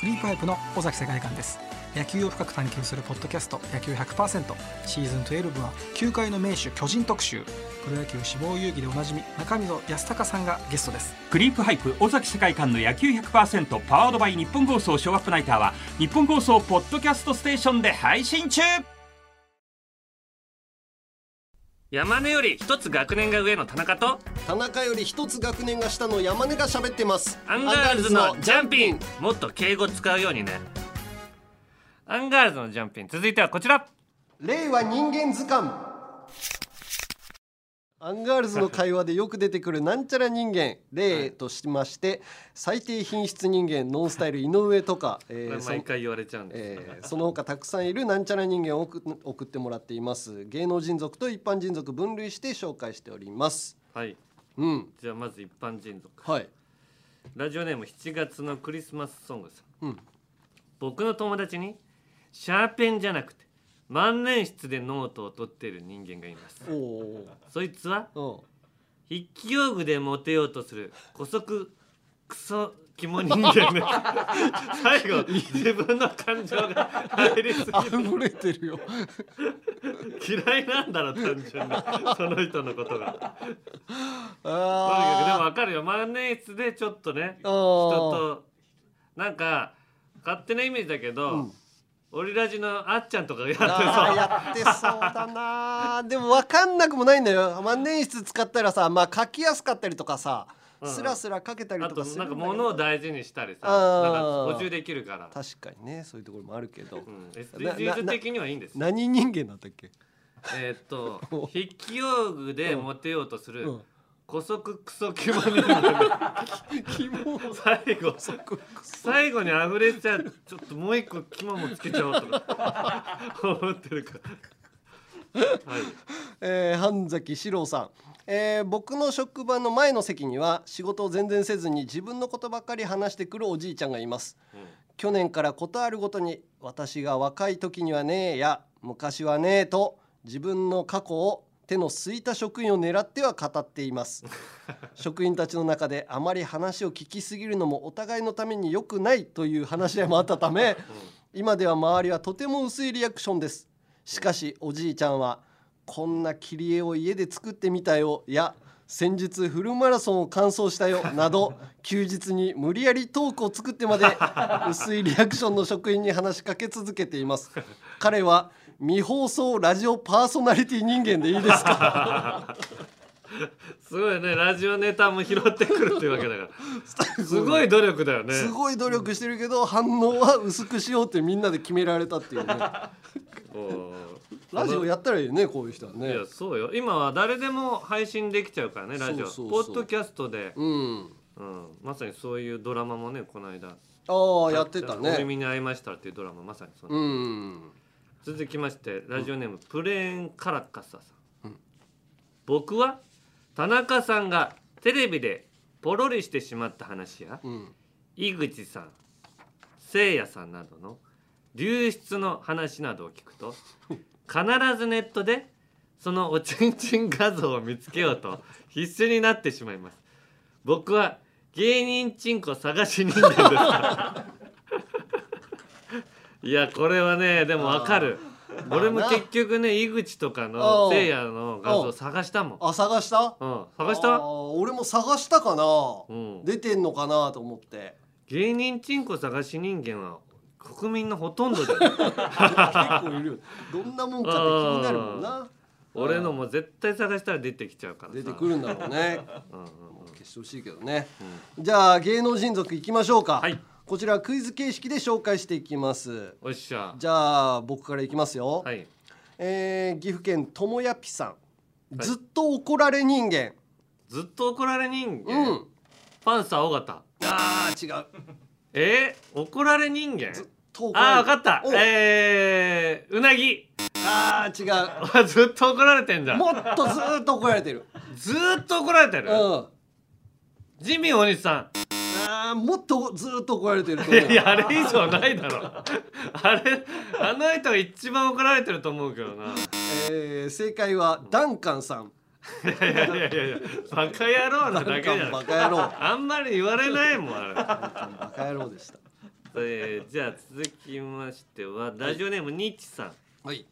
Speaker 11: クリープハイプの尾崎世界観です野球を深く探求するポッドキャスト「野球100%」シーズン12は球界の名手巨人特集プロ野球志望遊戯でおなじみ中溝康隆さんがゲストです
Speaker 7: クリープハイプ尾崎世界観の野球100%パワードバイ日本放送ショーアップナイターは日本放送ポッドキャストステーションで配信中
Speaker 5: 山根より一つ学年が上の田中と
Speaker 2: 田中より一つ学年が下の山根が喋ってます
Speaker 1: アンガールズのジャンピンもっと敬語使うようにねアンガールズのジャンピン続いてはこちら
Speaker 2: 令和人間図鑑アンガールズの会話でよく出てくるなんちゃら人間例としまして最低品質人間ノンスタイル井上とか、え
Speaker 1: こ
Speaker 2: ー
Speaker 1: れ
Speaker 2: そ
Speaker 1: 毎回言われちゃうんです
Speaker 2: えーその他たくさんいるなんちゃら人間を送送ってもらっています芸能人族と一般人族分類して紹介しております
Speaker 1: はい
Speaker 2: うん
Speaker 1: じゃあまず一般人族
Speaker 2: はい
Speaker 1: ラジオネーム7月のクリスマスソングさん、
Speaker 2: うん
Speaker 1: 僕の友達にシャーペンじゃなくて万年筆でノートを取っている人間がいます
Speaker 2: おお
Speaker 1: そいつは
Speaker 2: ー
Speaker 1: 筆記用具でモテようとする古速クソ肝人間 ね最後自分の感情が入りす
Speaker 2: うん溢れて るよ
Speaker 1: ぎる嫌いなんだろう 単純にその人のことがとにかくでも
Speaker 2: あ
Speaker 1: 分かるよ万年筆でちょっとね
Speaker 2: あ
Speaker 1: 人
Speaker 2: ー
Speaker 1: となんか勝手なイメージだけど、オリラジのあっちゃんとかがやって
Speaker 2: あー
Speaker 1: さ
Speaker 2: やってそうだなーでも分かんなくもないんだよ万年筆使ったらさまあ書きやすかったりとかさ
Speaker 1: うん
Speaker 2: スラスラかけたり
Speaker 1: あ
Speaker 2: と
Speaker 1: と
Speaker 2: かする
Speaker 1: なんん
Speaker 2: だ
Speaker 1: か
Speaker 2: けど
Speaker 1: 物を大事にしたりさ
Speaker 2: あ
Speaker 1: なん
Speaker 2: ー
Speaker 1: か補充できるから
Speaker 2: 確かにねそういうところもあるけど、な
Speaker 1: SDGs 的にはいいんですよ
Speaker 2: な何人間だったっけ
Speaker 1: えーっと筆記用具でモテようとする古速クソキモ人 最後最後に溢れちゃうちょっともう一個キモもつけちゃおうとか思ってるから
Speaker 2: えー、半崎史郎さん、えー僕の職場の前の席には仕事を全然せずに自分のことばかり話してくるおじいちゃんがいます、去年からことあるごとに私が若い時にはねえや昔はねえと自分の過去を手の空いた職員を狙っては語っています職員たちの中であまり話を聞きすぎるのもお互いのために良くないという話し合いもあったため、今では周りはとても薄いリアクションですしかしおじいちゃんはこんな切り絵を家で作ってみたよや先日フルマラソンを完走したよなど休日に無理やりトークを作ってまで薄いリアクションの職員に話しかけ続けています彼は未放送ラジオパーソナリティ人間でいいで すか
Speaker 1: すごいねラジオネタも拾ってくるっていうわけだからすごい努力だよね
Speaker 2: すごい努力してるけど反応は薄くしようってみんなで決められたっていうね
Speaker 1: おー
Speaker 2: ラジオやったらいいよねこういう人はね
Speaker 1: いやそうよ今は誰でも配信できちゃうからねラジオ
Speaker 2: そうそう
Speaker 1: ポ
Speaker 2: そう
Speaker 1: ッドキャストで、
Speaker 2: うん
Speaker 1: まさにそういうドラマもねこの間
Speaker 2: ああやってた
Speaker 1: お
Speaker 2: ね
Speaker 1: 耳に合いました」っていうドラマまさにその、
Speaker 2: うん
Speaker 1: 続きましてラジオネーム、プレーンカラッカッサさん、僕は田中さんがテレビでポロリしてしまった話や、井口さんせいやさんなどの流出の話などを聞く と必ずネットでそのおちんちん画像を見つけようと必死になってしまいます僕は芸人ちんこ探し人間です いやこれはねでもわかる
Speaker 2: ー
Speaker 1: 俺も
Speaker 2: まあな
Speaker 1: 結局ね井口とか
Speaker 2: う
Speaker 1: の
Speaker 2: ん
Speaker 1: せいやの画像探したもん
Speaker 2: あ探した
Speaker 1: うん探し
Speaker 2: あ
Speaker 1: た
Speaker 2: ー俺も探したかな、
Speaker 1: ん
Speaker 2: 出てんのかなと 思って
Speaker 1: 芸人ちんこ探し人間は国民のほとんどだよ結
Speaker 2: 構いるどんなもんかって気になるもんな
Speaker 1: 俺のも絶対探したら出てきちゃうから
Speaker 2: 出てくるんだろうね
Speaker 1: うんうんうん
Speaker 2: 消してほしいけどね、じゃあ芸能人族いきましょうか、こちらクイズ形式で紹介していきます
Speaker 1: おっしゃ
Speaker 2: じゃあ僕からいきますよ、えー岐阜県ともやぴさん、ずっと怒られ人間
Speaker 1: ずっと怒られ人間、パンサー尾形
Speaker 2: あー違う
Speaker 1: えー、怒られ人間あー
Speaker 2: 怒られ
Speaker 1: わかった
Speaker 2: お
Speaker 1: えー、うなぎ
Speaker 2: あー
Speaker 1: 違うずっと怒られてんじゃん
Speaker 2: もっとずーっと怒られ てる
Speaker 1: ずーっと怒られてる、ジミーお兄さ
Speaker 2: あーもっとずーっと怒られてると
Speaker 1: んい
Speaker 2: 思う
Speaker 1: やいやあれ以上ないだろあれあの人が一番怒られてると思うけどな
Speaker 2: えー正解はダンカンさん
Speaker 1: いやいやいやいやバカ野郎なだけじゃない
Speaker 2: バカ野郎
Speaker 1: あんまり言われないもんあれ
Speaker 2: バカ野郎でした
Speaker 1: えーじゃあ続きましてはラジオネームニッチさん
Speaker 2: はい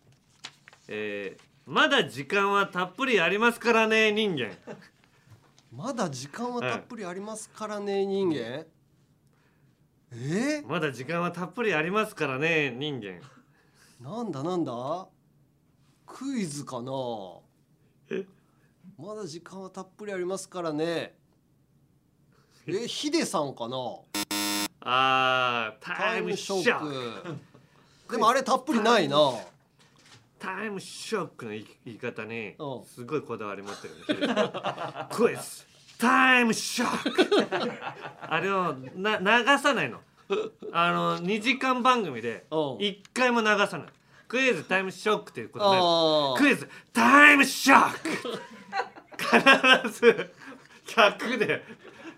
Speaker 1: えーまだ時間はたっぷりありますからね人間
Speaker 2: まだ時間はたっぷりありますからね、人間え
Speaker 1: まだ時間はたっぷりありますからね人間
Speaker 2: なんだなんだクイズかなまだ時間はたっぷりありますからねえヒデさんかな
Speaker 1: あータイムショッ
Speaker 2: タイムシ
Speaker 1: ク
Speaker 2: でもあれたっぷりないな
Speaker 1: タイムショックの言い言い方ねすごいこだわり持ってるねヒデさんクイズタイムショックあれをな流さないのあの2時間番組で1回も流さないクイズタイムショックっていうことないの
Speaker 2: あー
Speaker 1: クイズタイムショック必ず100で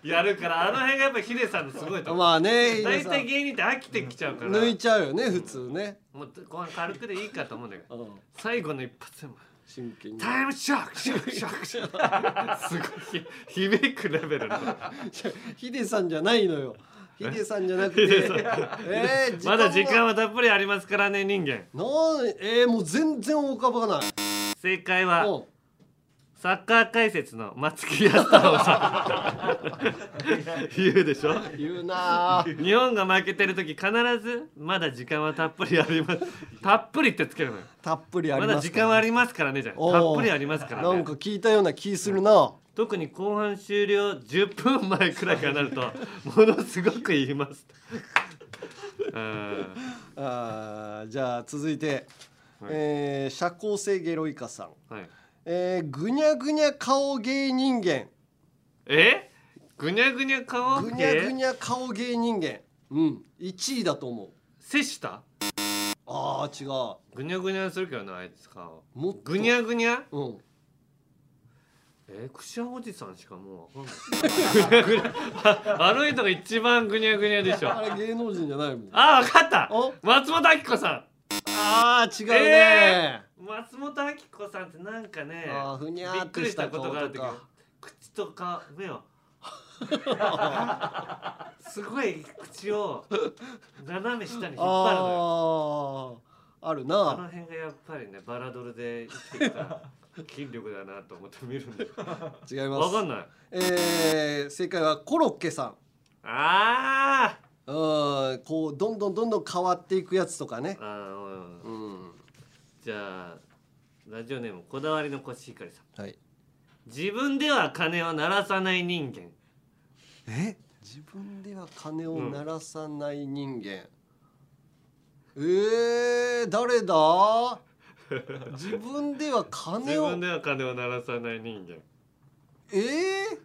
Speaker 1: やるからあの辺がやっぱヒデさんのすごいと思う
Speaker 2: まあねヒデ
Speaker 1: 大
Speaker 2: さん
Speaker 1: 体芸人って飽きてきちゃうから
Speaker 2: 抜いちゃうよね普通ね
Speaker 1: もうこの軽くでいいかと思うんだけど最後の一発でも
Speaker 2: 真剣に
Speaker 1: タイムショックショックショックショック すごいひひびくレベルの
Speaker 2: ヒデさんじゃないのよヒデさんじゃなく
Speaker 1: ヒ
Speaker 2: て
Speaker 1: デさん
Speaker 2: え ー、
Speaker 1: まだ時間
Speaker 2: は
Speaker 1: はたっぷりありますからね人間
Speaker 2: なんえー、もう全然浮かばない
Speaker 1: 正解はサッカー解説の松木安太郎さん言うでしょ
Speaker 2: 言うな あ
Speaker 1: 日本が負けてる時必ずまだ時間はたっぷりありますたっぷりってつけるのよ
Speaker 2: たっぷりあり
Speaker 1: ま
Speaker 2: ます
Speaker 1: だ時間はありますからねじゃん
Speaker 2: おー
Speaker 1: たっぷりありますから
Speaker 2: な
Speaker 1: ね
Speaker 2: んか聞いたような気するな
Speaker 1: 特に後半終了10分前くらいからなるとものすごく言います
Speaker 2: あーじゃあ続いて、えー社交性ゲロイカさん、
Speaker 1: はい
Speaker 2: えーぐにゃぐにゃ顔芸人間
Speaker 1: えぐにゃぐにゃ顔
Speaker 2: ぐにゃぐにゃ顔芸人間うん1位だと思う
Speaker 1: 瀬下
Speaker 2: あー違う
Speaker 1: ぐにゃぐにゃするけどなあいつ顔
Speaker 2: もっと
Speaker 1: ぐにゃぐにゃ
Speaker 2: うん
Speaker 1: えー、くしゃおじさんしかもうわかんないぐにゃぐにゃあ あの人が一番ぐにゃぐにゃ でしょ
Speaker 2: あれ芸能人じゃないもん
Speaker 1: あわかった松本明子さん
Speaker 2: あー違うね、
Speaker 1: えー松本明子さんってなんかね
Speaker 2: あーふにゃー
Speaker 1: び
Speaker 2: っ
Speaker 1: っく
Speaker 2: と
Speaker 1: り
Speaker 2: し
Speaker 1: した
Speaker 2: た
Speaker 1: こ
Speaker 2: 顔
Speaker 1: とがあるん
Speaker 2: と
Speaker 1: だけど
Speaker 2: か
Speaker 1: 口とか目 をすごい口を斜め下に引っ張るのよ
Speaker 2: あああるな
Speaker 1: あの辺がやっぱりねバラドルで生きてき た筋力だなと思って見るんだよ
Speaker 2: 違います
Speaker 1: わかんない
Speaker 2: えー、正解はコロッケさん
Speaker 1: あ
Speaker 2: うんこうどんどんどんどん変わっていくやつとかね
Speaker 1: あーうんじゃあラジオネームこだわりのコシヒカリさん
Speaker 2: はい
Speaker 1: 自分では鐘を鳴らさない人間
Speaker 2: え自分では鐘を鳴らさない人間、えー、誰だ自分では鐘
Speaker 1: 自
Speaker 2: を
Speaker 1: 分では鐘を鳴らさない人間
Speaker 2: えー、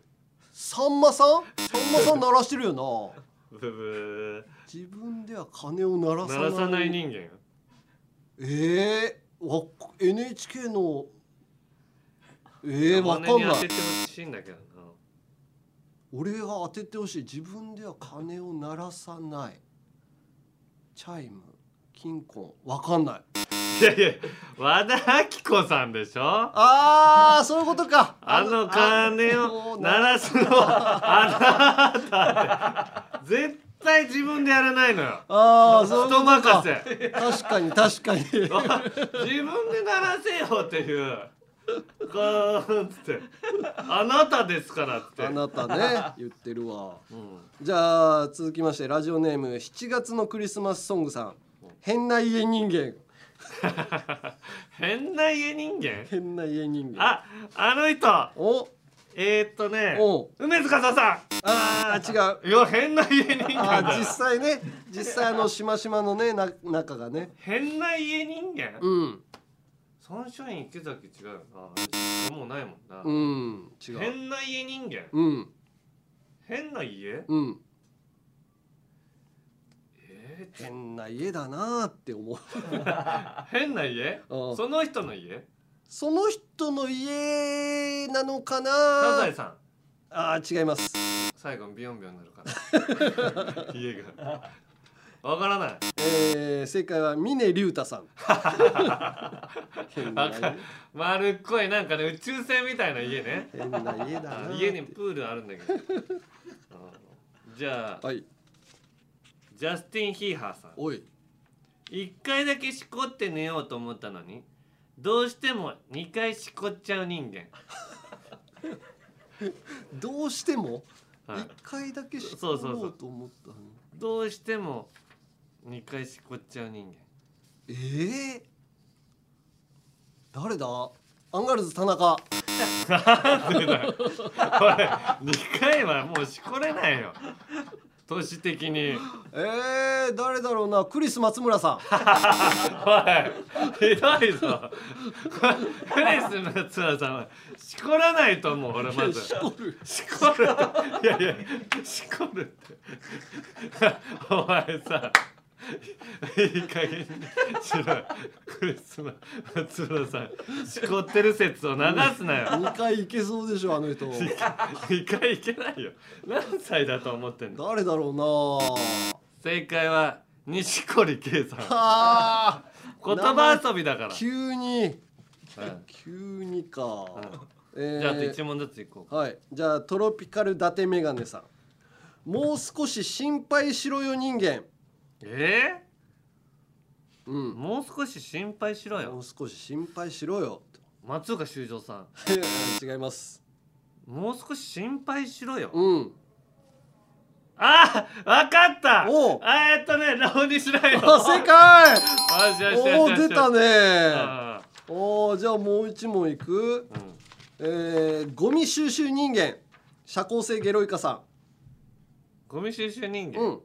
Speaker 2: さんまさんさんまさん鳴らしてるよな
Speaker 1: ブブ
Speaker 2: 自分では鐘を鳴ら
Speaker 1: ー
Speaker 2: さ
Speaker 1: 鳴
Speaker 2: ない
Speaker 1: らさない人間
Speaker 2: えー、わっ NHK のえー、わかん
Speaker 1: 鐘に
Speaker 2: な
Speaker 1: 当て
Speaker 2: い
Speaker 1: てほしいんだけどな
Speaker 2: 俺が当ててほしい自分では鐘を鳴らさないチャイム金庫わかんない
Speaker 1: いやいや和田明子さんでしょ
Speaker 2: あーそういうことか
Speaker 1: あの鐘を鳴らすのはあなたって絶対自分でやらないのよ
Speaker 2: ああそういうこ
Speaker 1: 人
Speaker 2: とか
Speaker 1: 任せ
Speaker 2: 確かに確かに
Speaker 1: 自分で鳴らせよっていうガーンっつってあなたですからって
Speaker 2: あなたね言ってるわ、じゃあ続きましてラジオネーム7月のクリスマスソングさん変な家人間
Speaker 1: 変な家人間
Speaker 2: 変な家人間
Speaker 1: ああの人
Speaker 2: お
Speaker 1: えー、っとね
Speaker 2: お
Speaker 1: 梅塚さんさ
Speaker 2: あー
Speaker 1: んいや変な家人間
Speaker 2: あ
Speaker 1: だ
Speaker 2: ー実際ね実際あのしましまのねな中がね
Speaker 1: 変な家人間
Speaker 2: うん
Speaker 1: サンシャイン池崎違うよなもうないもんな、
Speaker 2: うん違う
Speaker 1: 変な家人間
Speaker 2: うん
Speaker 1: 変な家
Speaker 2: うん
Speaker 1: え
Speaker 2: 変な家だなーって思う
Speaker 1: ー、変な家
Speaker 2: うん
Speaker 1: その人の家
Speaker 2: その人の家なのかな
Speaker 1: サザエさん
Speaker 2: あー違います
Speaker 1: 最後ビヨンビヨンになるから 家がわからない
Speaker 2: えー、正解は峰竜太さん変 な
Speaker 1: わ
Speaker 2: 家
Speaker 1: か丸っこいなんかね宇宙船みたいな家ね
Speaker 2: 変な家だな
Speaker 1: あ家にプールあるんだけどうんじゃあ、
Speaker 2: はい
Speaker 1: ジャスティン・ヒーハーさん
Speaker 2: おい
Speaker 1: 一回だけしこって寝ようと思ったのにどうしても二回しこっちゃう人間
Speaker 2: どうしても
Speaker 1: はい
Speaker 2: 一回だけしこ
Speaker 1: そうそうそう
Speaker 2: ろうと思ったのに
Speaker 1: どうしても二回しこっちゃう人間
Speaker 2: えー、誰だアンガールズ田中
Speaker 1: これ2回はもうしこれないよ年的に
Speaker 2: えー、誰だろうなクリス松村さん
Speaker 1: おいひどいぞクリスのツアーさんはしこらないと思う俺まずしこ
Speaker 2: る
Speaker 1: しこるいやいやしこるってお前さいい加減にしろよクリスの松浦さんしこってる説を流すなよ
Speaker 2: 2回いけそうでしょあの人
Speaker 1: 一回いけないよ何歳だと思ってんの
Speaker 2: 誰だろ うな
Speaker 1: 正解は錦織圭さん
Speaker 2: あ
Speaker 1: 言葉遊びだから、
Speaker 2: 急に
Speaker 1: うん
Speaker 2: 急にか、えー
Speaker 1: じゃああと1問ずついこうか
Speaker 2: はい、じゃあトロピカル伊達メガネさん。もう少し心配しろよ人間。
Speaker 1: え
Speaker 2: うん。
Speaker 1: ー、もう少し心配しろ
Speaker 2: も
Speaker 1: よ
Speaker 2: う少し心配しろよ。
Speaker 1: う松岡修造さん
Speaker 2: 違います
Speaker 1: もう少し心配しろよ
Speaker 2: うん
Speaker 1: あーわかったあーえっとねラオニシライド
Speaker 2: あ正解
Speaker 1: よしよしよし
Speaker 2: おお
Speaker 1: よし
Speaker 2: 出たね
Speaker 1: あ
Speaker 2: おーじゃあもう一問いく、えーゴミ収集人間社交性ゲロイカさん
Speaker 1: ゴミ収集人間、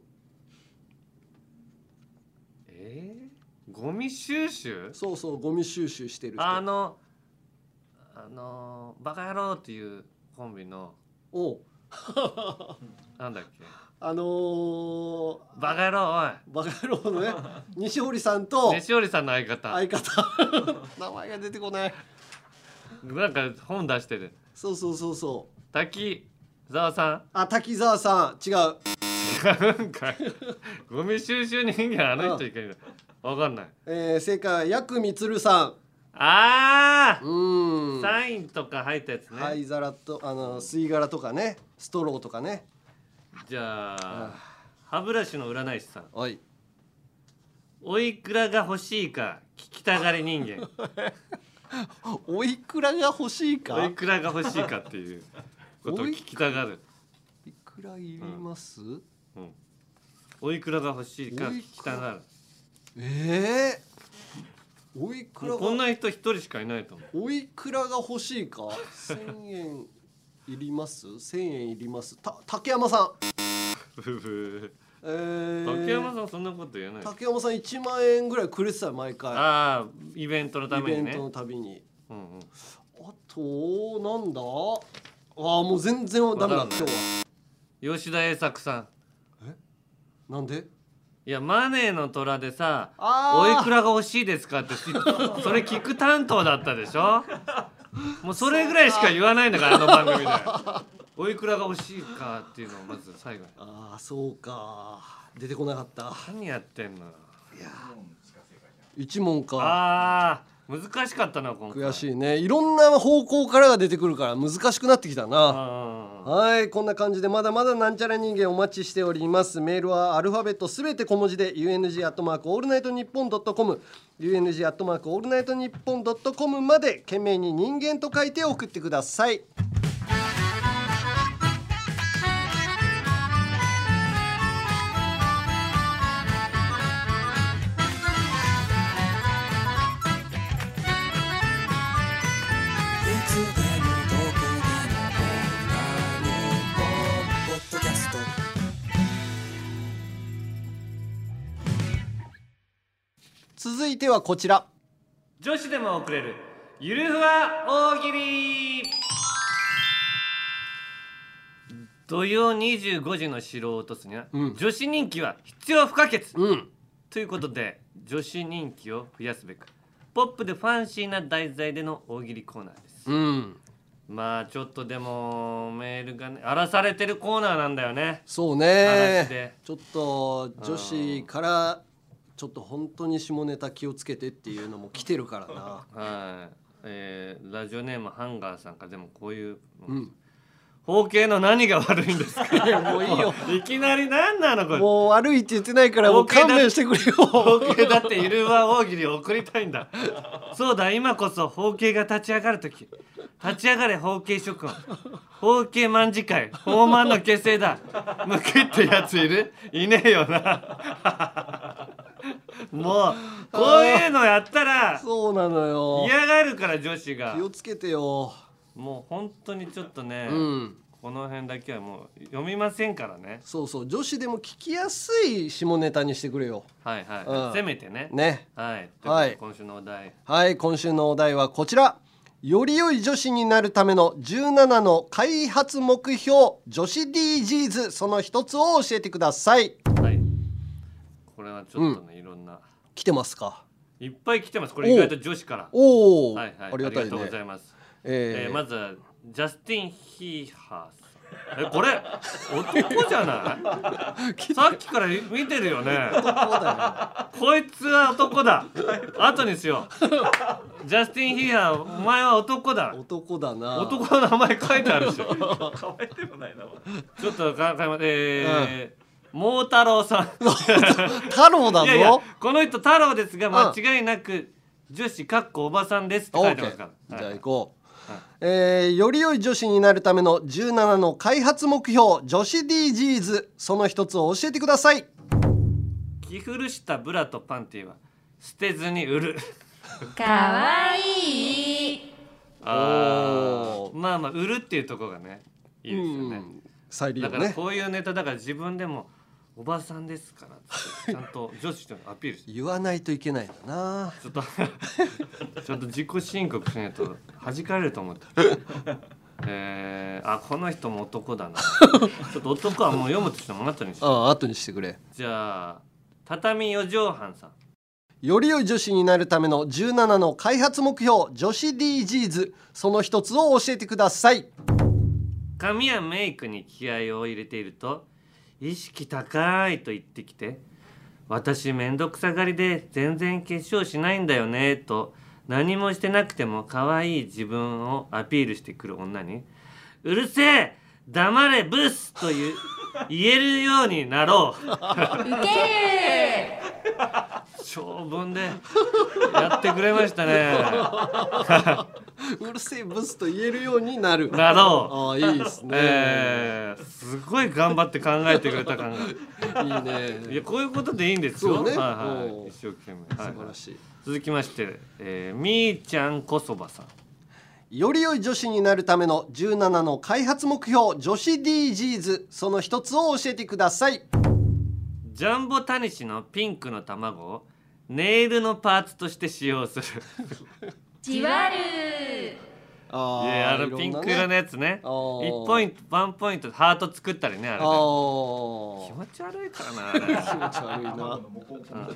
Speaker 1: えー、ゴミ収集
Speaker 2: そうそうゴミ収集してる人
Speaker 1: あのあのー、バカ野郎っていうコンビの
Speaker 2: お
Speaker 1: なんだっけ
Speaker 2: あのー、
Speaker 1: バカ野郎
Speaker 2: おいバカ野郎 のね西堀さんと
Speaker 1: 西織さんの相方
Speaker 2: 相方 名前が出てこない
Speaker 1: なんか本出してる
Speaker 2: そうそうそうそう
Speaker 1: 滝沢さ
Speaker 2: あ滝沢さん違うん
Speaker 1: 違うんかいゴミ収集人間あの人いけるわかんない
Speaker 2: えー、正解は薬みつるさん
Speaker 1: あ
Speaker 2: あうん
Speaker 1: サインとか入ったやつね、
Speaker 2: 灰皿とあの吸い殻とかねストローとかね
Speaker 1: じゃあ歯ブラシの占い師さん
Speaker 2: おい
Speaker 1: おいくらが欲しいか聞きたがり人間
Speaker 2: おいくらが欲しいか
Speaker 1: おいくらが欲しいかっていうことを聞きたがる
Speaker 2: いくらいります、
Speaker 1: おいくらが欲しいか聞きたがる
Speaker 2: ええおいくら
Speaker 1: もう
Speaker 2: が
Speaker 1: こんな人一人しかいないと思う
Speaker 2: おいくらが欲しいか千円いります千円いりますた竹山さん
Speaker 1: ふふ
Speaker 2: えー、
Speaker 1: 竹山さんそんなこと言えない
Speaker 2: 竹山さん一万円ぐらいくれてたよ毎回
Speaker 1: ああイベントのためにね
Speaker 2: イベントのたびに
Speaker 1: うんうん
Speaker 2: あとなんだああもう全然ダメだ
Speaker 1: わかんな
Speaker 2: 今日
Speaker 1: い
Speaker 2: は
Speaker 1: 吉田栄作さん
Speaker 2: なんで
Speaker 1: いやマネーの虎でさ「お
Speaker 2: あー
Speaker 1: いくらが欲しいですか?」って それ聞く担当だったでしょもうそれぐらいしか言わないんだからあの番組で「おいくらが欲しいか?」っていうのをまず最後に
Speaker 2: ああそうか出てこなかった
Speaker 1: 何やってんのよ
Speaker 2: 一問か
Speaker 1: あー難しかったな今回
Speaker 2: 悔しいねいろんな方向からが出てくるから難しくなってきたなはいこんな感じでまだまだなんちゃら人間お待ちしておりますメールはアルファベットすべて小文字で UNG アットマークオールナイトニッポンドットコム UNG アットマークオールナイトニッポンドットコムまで懸命に人間と書いて送ってください続いてはこちら
Speaker 1: 女子でも送れるゆるふわ大喜利土曜25時の城を落とすには、女子人気は必要不可欠、ということで女子人気を増やすべくポップでファンシーな題材での大喜利コーナーです
Speaker 2: うん
Speaker 1: まあちょっとでもメールがね荒らされてるコーナーなんだよね
Speaker 2: そう
Speaker 1: 嵐で
Speaker 2: ねちょっと女子からちょっと本当に下ネタ気をつけてっていうのも来てるからな
Speaker 1: はい、えーラジオネームハンガーさんからでもこういう、
Speaker 2: うん
Speaker 1: 包茎の何が悪いんですか
Speaker 2: いやもういいよ
Speaker 1: いきなり何なのこれ
Speaker 2: もう悪いって言ってないからもう勘弁してくれよ
Speaker 1: 包茎だってゆるわ大喜利を送りたいんだそうだ今こそ包茎が立ち上がる時立ち上がれ包茎諸君包茎卍会宝満の結成だ向けってやついるいねえよなもうこういうのやったら
Speaker 2: そうなのよ
Speaker 1: 嫌がるから女子が
Speaker 2: 気をつけてよ
Speaker 1: もう本当にちょっとね、
Speaker 2: うん
Speaker 1: この辺だけはもう読みませんからね
Speaker 2: そうそう女子でも聞きやすい下ネタにしてくれよ
Speaker 1: はいはい、
Speaker 2: うん
Speaker 1: せめてね
Speaker 2: ね
Speaker 1: はいと
Speaker 2: は
Speaker 1: いう
Speaker 2: い
Speaker 1: ことで今週のお題、
Speaker 2: はい今週のお題はこちらより良い女子になるための17の開発目標女子 DGs その一つを教えてください
Speaker 1: これはちょっとね、いろんな
Speaker 2: 来てますか
Speaker 1: いっぱい来てますこれ意外と女子から
Speaker 2: おお、
Speaker 1: はいはい、
Speaker 2: ありがたいね
Speaker 1: とうございます、え
Speaker 2: えー
Speaker 1: ーまずはジャスティン・ヒーハーさんえこれ男じゃ ないさっきから見てるよねこいつは男だ後にしようジャスティン・ヒーハーお前は男だ
Speaker 2: 男だな
Speaker 1: 男の名前書いてあるし
Speaker 12: 可愛でもないな。
Speaker 1: ちょっとかかまえー、モー 太郎さん。
Speaker 2: 太郎だぞ
Speaker 1: いやいやこの人太郎ですが
Speaker 2: うん
Speaker 1: 間違いなく女子かっこおばさんですって書いてますから
Speaker 2: OK じゃあ行こう、えーより良い女子になるための17の開発目標女子 DGs その一つを教えてください
Speaker 1: 着古したブラとパンティは捨てずに売る
Speaker 13: かわいい
Speaker 1: あーまあまあ売るっていうところがねいいですよね
Speaker 2: 再利用
Speaker 1: だから
Speaker 2: ね
Speaker 1: こういうネタだから自分でもおばさんですからってちゃんと女子とアピールして
Speaker 2: 言わないといけないんだな
Speaker 1: ちょっと ちょっと自己申告しないと弾かれると 思ったえー、あこの人も男だなちょっと男はもう読むとしても後にして
Speaker 2: ああ後にしてくれ
Speaker 1: じゃあ畳四畳半さん
Speaker 2: より良い女子になるための17の開発目標女子 DGs その一つを教えてください
Speaker 1: 髪やメイクに気合を入れていると意識高いと言ってきて私めんどくさがりで全然化粧しないんだよねと何もしてなくても可愛い自分をアピールしてくる女にうるせえ黙れブスという言えるようになろう
Speaker 13: ウケる
Speaker 1: 長文でやってくれましたね
Speaker 2: うるせえブスと言えるようになる
Speaker 1: なろう
Speaker 2: ああいいですね、
Speaker 1: えーすごい頑張って考えてくれた感が
Speaker 2: いいね
Speaker 1: いやこういうことでいいんですよ
Speaker 2: そう
Speaker 1: は
Speaker 2: ね
Speaker 1: いは
Speaker 2: おう
Speaker 1: い、一生懸命、はいはい
Speaker 2: 素晴らしい
Speaker 1: 続きまして、えー、みーちゃんこそばさん
Speaker 2: より良い女子になるための17の開発目標女子 DGs その一つを教えてください
Speaker 1: ジャンボタニシのピンクの卵をネイルのパーツとして使用する
Speaker 13: じわる
Speaker 2: あ
Speaker 1: いやあのピンク色のやつね1ポイントワンポイントでハート作ったりねあれね
Speaker 2: あー
Speaker 1: 気持ち悪いからなあれ気持
Speaker 2: ち悪い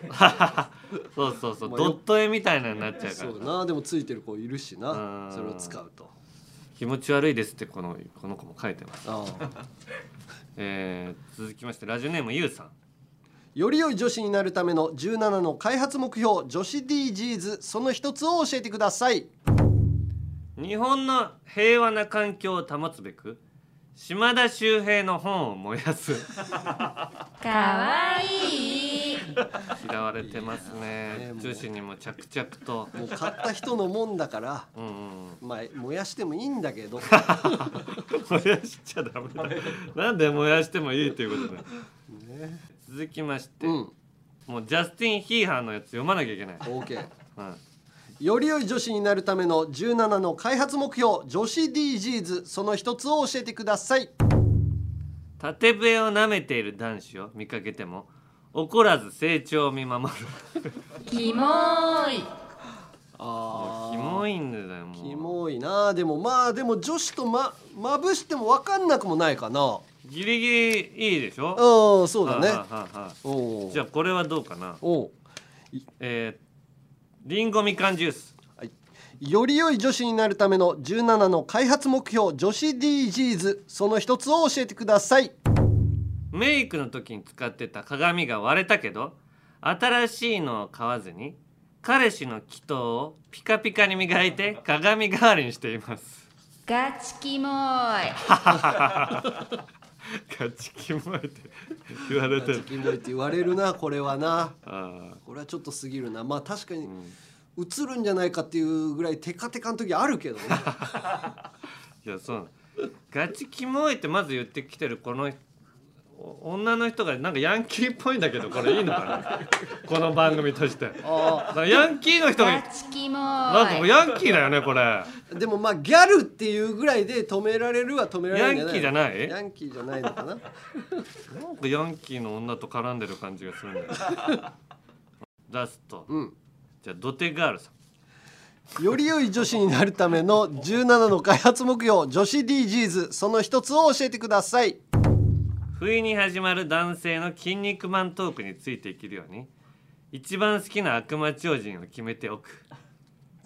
Speaker 2: な
Speaker 1: うんそうそうそう、
Speaker 2: まあ
Speaker 1: ドット絵みたいなのになっちゃうから
Speaker 2: そうだなでもついてる子いるしな
Speaker 1: うん
Speaker 2: それを使うと
Speaker 1: 気持ち悪いですってこのこの子も書いてます
Speaker 2: あ
Speaker 1: えー続きましてラジオネームゆうさん
Speaker 2: より良い女子になるための17の開発目標女子 DGs その一つを教えてください
Speaker 1: 日本の平和な環境を保つべく島田秀平の本を燃や す
Speaker 13: かわいい
Speaker 1: 嫌われてますね女子にも着々と
Speaker 2: もう買った人のもんだから、まあ燃やしてもいいんだけ ど
Speaker 1: 燃やしちゃダメ だなんで燃やしてもいいということね
Speaker 2: ね
Speaker 1: 続きまして、もうジャスティン・ヒーハーのやつ読まなきゃいけない
Speaker 2: OK
Speaker 1: うん
Speaker 2: より良い女子になるための17の開発目標女子 DGs その一つを教えてください
Speaker 1: 縦笛を舐めている男子を見かけても怒らず成長を見守る
Speaker 13: キモーい
Speaker 2: あ
Speaker 1: キモいんだよもう
Speaker 2: キモいなでもまあでも女子とままぶしても分かんなくもないかな
Speaker 1: ギリギリいいでしょ
Speaker 2: うんそうだね
Speaker 1: はいはいはい
Speaker 2: おう
Speaker 1: じゃあこれはどうかな
Speaker 2: おう
Speaker 1: えー、リンゴみかんジュース
Speaker 2: より良い女子になるための17の開発目標女子 DGs その一つを教えてください
Speaker 1: メイクの時に使ってた鏡が割れたけど新しいのを買わずに彼氏の祈祷をピカピカに磨い て鏡代わりにしています
Speaker 13: ガチキモーい
Speaker 1: ガチキモいって言われて
Speaker 2: ガチ
Speaker 1: る
Speaker 2: キモいって言われるなこれはな
Speaker 1: あ
Speaker 2: これはちょっと過ぎるなまあ確かに映るんじゃないかっていうぐらいテカテカの時あるけどね
Speaker 1: ーいやそうなのガチキモいってまず言ってきてるこのお女の人がなんかヤンキーっぽいんだけどこれいいのかな この番組としてなんかヤンキーの人
Speaker 13: ガ
Speaker 1: が
Speaker 13: チキモ
Speaker 1: なんかも
Speaker 13: ー
Speaker 1: う
Speaker 13: い
Speaker 1: ヤンキーだよねこれ
Speaker 2: でもまあギャルっていうぐらいで止められるは止められるん
Speaker 1: ヤンキーじゃない
Speaker 2: ヤンキーじゃないのかな
Speaker 1: な んかヤンキーの女と絡んでる感じがするんだよ ラスト、じゃあドテガールさん
Speaker 2: より良い女子になるための17の開発目標女子 DGs その一つを教えてください
Speaker 1: 不意に始まる男性の筋肉マントークについていけるように一番好きな悪魔超人を決めておく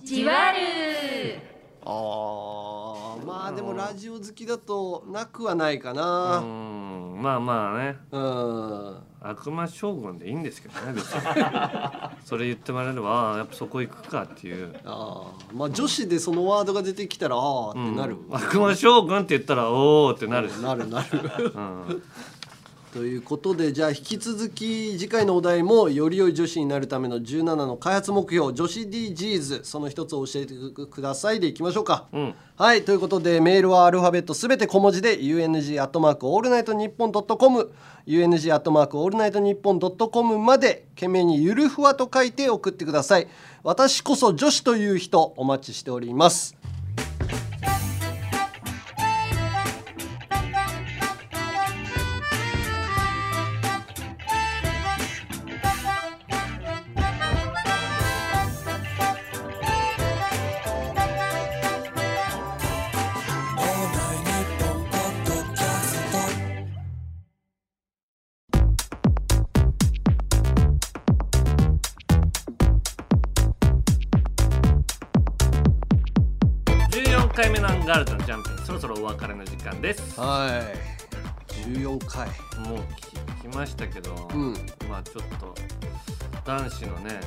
Speaker 13: じわる
Speaker 2: あーまあでもラジオ好きだとなくはないかな
Speaker 1: うんまあまあね
Speaker 2: うん
Speaker 1: 悪魔将軍でいいんですけどね別 にそれ言ってもらえればああやっぱそこ行くかっていう
Speaker 2: あまあ女子でそのワードが出てきたらああってなる、
Speaker 1: 悪魔将軍って言ったらおおってなるし
Speaker 2: なるなる、
Speaker 1: うん
Speaker 2: ということでじゃあ引き続き次回のお題もより良い女子になるための17の開発目標女子 DGs その一つを教えてくださいでいきましょうか、はいということでメールはアルファベットすべて小文字で UNG アットマークオールナイトニッポンドットコム UNG アットマークオールナイトニッポンドットコムまで懸命にゆるふわと書いて送ってください私こそ女子という人お待ちしております
Speaker 1: 14回目のアンガールズのジャンピンそろそろお別れの時間です
Speaker 2: はい14回
Speaker 1: もうき来ましたけど、
Speaker 2: うん
Speaker 1: まあちょっと男子のね、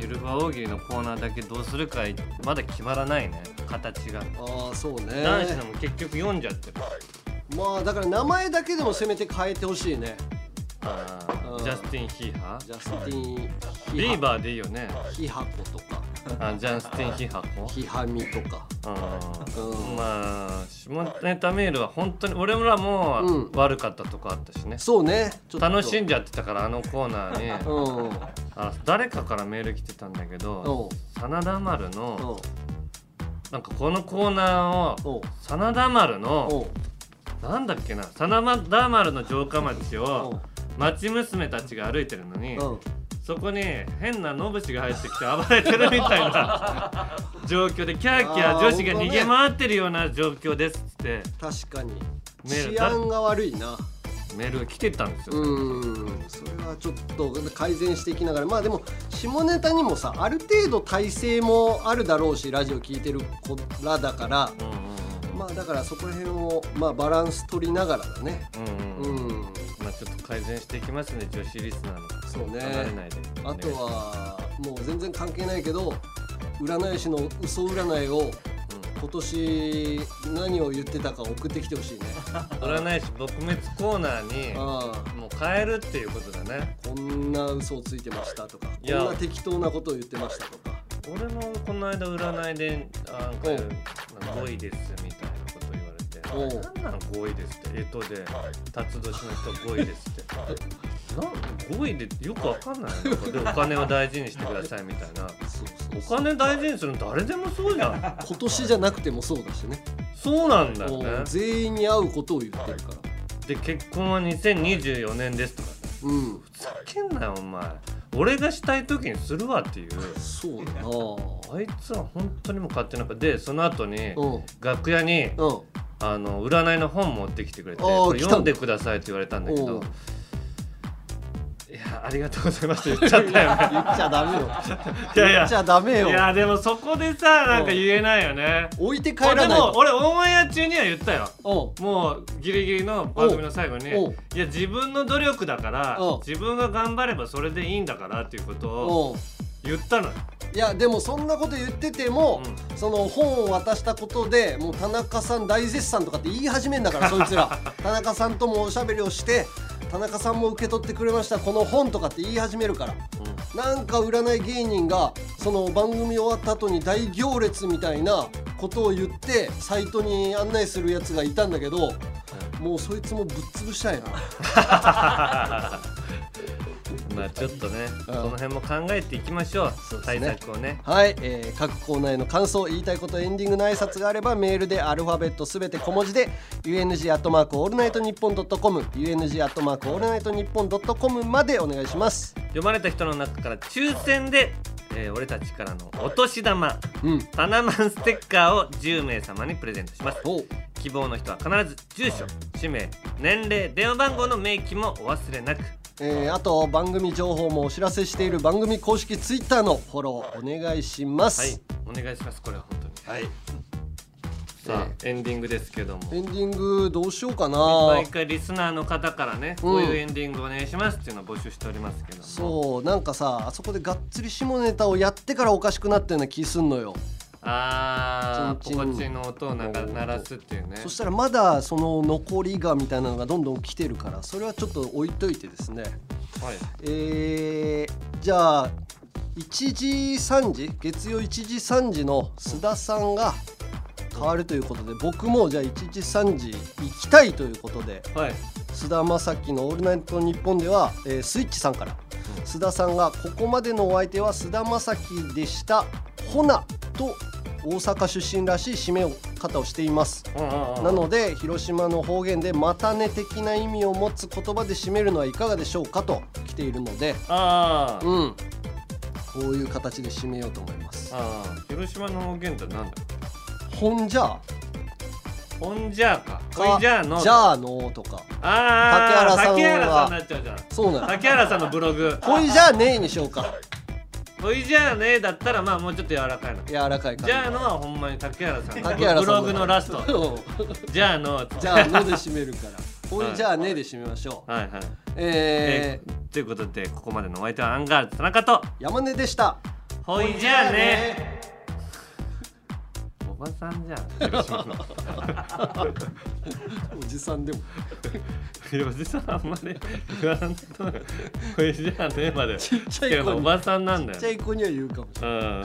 Speaker 1: ゆるば大喜利のコーナーだけどうするかまだ決まらないね形が
Speaker 2: ああそうね
Speaker 1: 男子のも結局読んじゃってる
Speaker 2: まあだから名前だけでもせめて変えてほしいね
Speaker 1: あージャスティン・ヒーハー
Speaker 2: ジャスティン・
Speaker 1: ビーバーでいいよね
Speaker 2: ヒハコとか
Speaker 1: あジャスティン・ヒーハコ
Speaker 2: ヒハミとか
Speaker 1: うんまあ下ネタメールは本当に俺らも悪かったとこあったしね、
Speaker 2: そうねちょっと
Speaker 1: 楽しんじゃってたからあのコーナーに、
Speaker 2: うん
Speaker 1: あ誰かからメール来てたんだけど真田丸のなんかこのコーナーを真田丸のなんだっけな真田丸の城下町を町娘たちが歩いてるのにそこに変な野淵が入ってきて暴れてるみたい な状況でキャーキャー
Speaker 2: あー
Speaker 1: 女子が逃げ回ってるような状況ですっつって
Speaker 2: 確かに
Speaker 1: メール
Speaker 2: 治安が悪いな
Speaker 1: メールが来てたんですよ
Speaker 2: うんそれはちょっと改善していきながらまあでも下ネタにもさある程度体制もあるだろうしラジオ聞いてる子らだから、まあだからそこら辺を、まあ、バランス取りながらだね
Speaker 1: うん
Speaker 2: うん、
Speaker 1: まあちょっと改善していきますね女子リスナーの
Speaker 2: そうね
Speaker 1: 離れないで
Speaker 2: あとはもう全然関係ないけど占い師の嘘占いを今年何を言ってたか送ってきてほしいね
Speaker 1: 占い師撲滅コーナーにもう変えるっていうことだね
Speaker 2: こんな嘘をついてましたとか
Speaker 1: い
Speaker 2: こん
Speaker 1: や
Speaker 2: な適当なことを言ってましたとか
Speaker 1: 俺もこの間占いで「あなんか5位です」みたいなこと言われ
Speaker 2: お
Speaker 1: て「なんなん5位です」って干支で辰年の人5位ですってなん5位でよくわかんないなんかでお金を大事にしてくださいみたいなお金大事にするの誰でもそうじゃ ん
Speaker 2: 今年じゃなくてもそうだしね
Speaker 1: そうなんだよね
Speaker 2: もう全員に会うことを言ってるから
Speaker 1: で結婚は2024年ですとかね
Speaker 2: うん
Speaker 1: ふざけんなよお前俺がしたい時にするわっていう
Speaker 2: そうだな
Speaker 1: あいつは本当にもう勝手なんかでその後に楽屋にあの占いの本持ってきてくれて
Speaker 2: あー
Speaker 1: これ
Speaker 2: 来たの
Speaker 1: 読んでくださいって言われたんだけ
Speaker 2: お
Speaker 1: ど
Speaker 2: う
Speaker 1: いやありがとうございますって言っちゃったよね
Speaker 2: 言っちゃダメよ
Speaker 1: いやいや
Speaker 2: 言っちゃダメよ
Speaker 1: いやでもそこでさなんか言えないよね
Speaker 2: 置いて帰らない
Speaker 1: でも俺オンエア中には言ったよ
Speaker 2: も
Speaker 1: うギリギリの番組の最後に
Speaker 2: おう
Speaker 1: いや自分の努力だから自分が頑張ればそれでいいんだからっていうことを言ったの よ
Speaker 2: いやでもそんなこと言ってても、その本を渡したことでもう田中さん大絶賛とかって言い始めんだから そいつら田中さんともおしゃべりをして田中さんも受け取ってくれましたこの本とかって言い始めるから、なんか占い芸人がその番組終わった後に大行列みたいなことを言ってサイトに案内するやつがいたんだけど、もうそいつもぶっ潰したいな
Speaker 1: まあちょっとね、その辺も考えていきましょう対策をね
Speaker 2: はい、えー各コーナーへの感想言いたいことエンディングの挨拶があればメールでアルファベットすべて小文字で UNG アットマークオールナイトニッポンドットコム UNG アットマークオールナイトニッポンドットコムまでお願いします
Speaker 1: 読まれた人の中から抽選で、えー俺たちからのお年玉、タナマンステッカーを10名様にプレゼントします希望の人は必ず住所氏名年齢電話番号の明記もお忘れなく
Speaker 2: えーあと番組情報もお知らせしている番組公式ツイッターのフォローお願いします、
Speaker 1: はいお願いしますこれは本当に はいさあ、エンディングですけども
Speaker 2: エンディングどうしようかな
Speaker 1: 毎回リスナーの方からね、こういうエンディングお願いしますっていうのを募集しておりますけども
Speaker 2: そうなんかさあそこでがっつり下ネタをやってからおかしくなったような気すんのよ
Speaker 1: あー
Speaker 2: チンチン
Speaker 1: 心地の音をなんか鳴らすっていうね
Speaker 2: そしたらまだその残りがみたいなのがどんどん来てるからそれはちょっと置いといてですね
Speaker 1: はい
Speaker 2: えーじゃあ1時3時月曜1時3時の須田さんが変わるということで僕もじゃあ1時3時行きたいということで、須田将暉の「オールナイトニッポン」では、えースイッチさんから、須田さんが「ここまでのお相手は須田将暉でしたほな」と大阪出身らしい締め方をしています、なので広島の方言で「またね」的な意味を持つ言葉で締めるのはいかがでしょうかと来ているので
Speaker 1: ああ
Speaker 2: うんこういう形で締めようと思います
Speaker 1: ああ広島の方言ってなんだ
Speaker 2: ほんじゃあ
Speaker 1: ほんじゃあかほいじゃあの
Speaker 2: じゃあのとか
Speaker 1: あー
Speaker 2: 竹原さんは
Speaker 1: 竹原さんになっちゃうじゃん
Speaker 2: そうなの
Speaker 1: 竹原さんのブログ
Speaker 2: ほいじゃあねにしようか
Speaker 1: ほいじゃあねだったらまあもうちょっと柔らかいの
Speaker 2: 柔らかい感
Speaker 1: じゃあのはほんまに竹原さん
Speaker 2: 竹原さん
Speaker 1: ブログのラ ストじゃあの
Speaker 2: じゃあので締めるからほいじゃあねで締めましょ
Speaker 1: はいはい
Speaker 2: え
Speaker 1: ー、ということでここまでのお相手はアンガールズ田中と
Speaker 2: う山根でした
Speaker 1: ほいじゃあねおばさんじゃん 広島の
Speaker 2: おじさんでも
Speaker 1: いやおじさんあんまり言わんとほいじゃあねまで
Speaker 2: ちっちゃい子に
Speaker 1: おばさんなんだよ
Speaker 2: ちっちゃい子には言うかも
Speaker 1: うん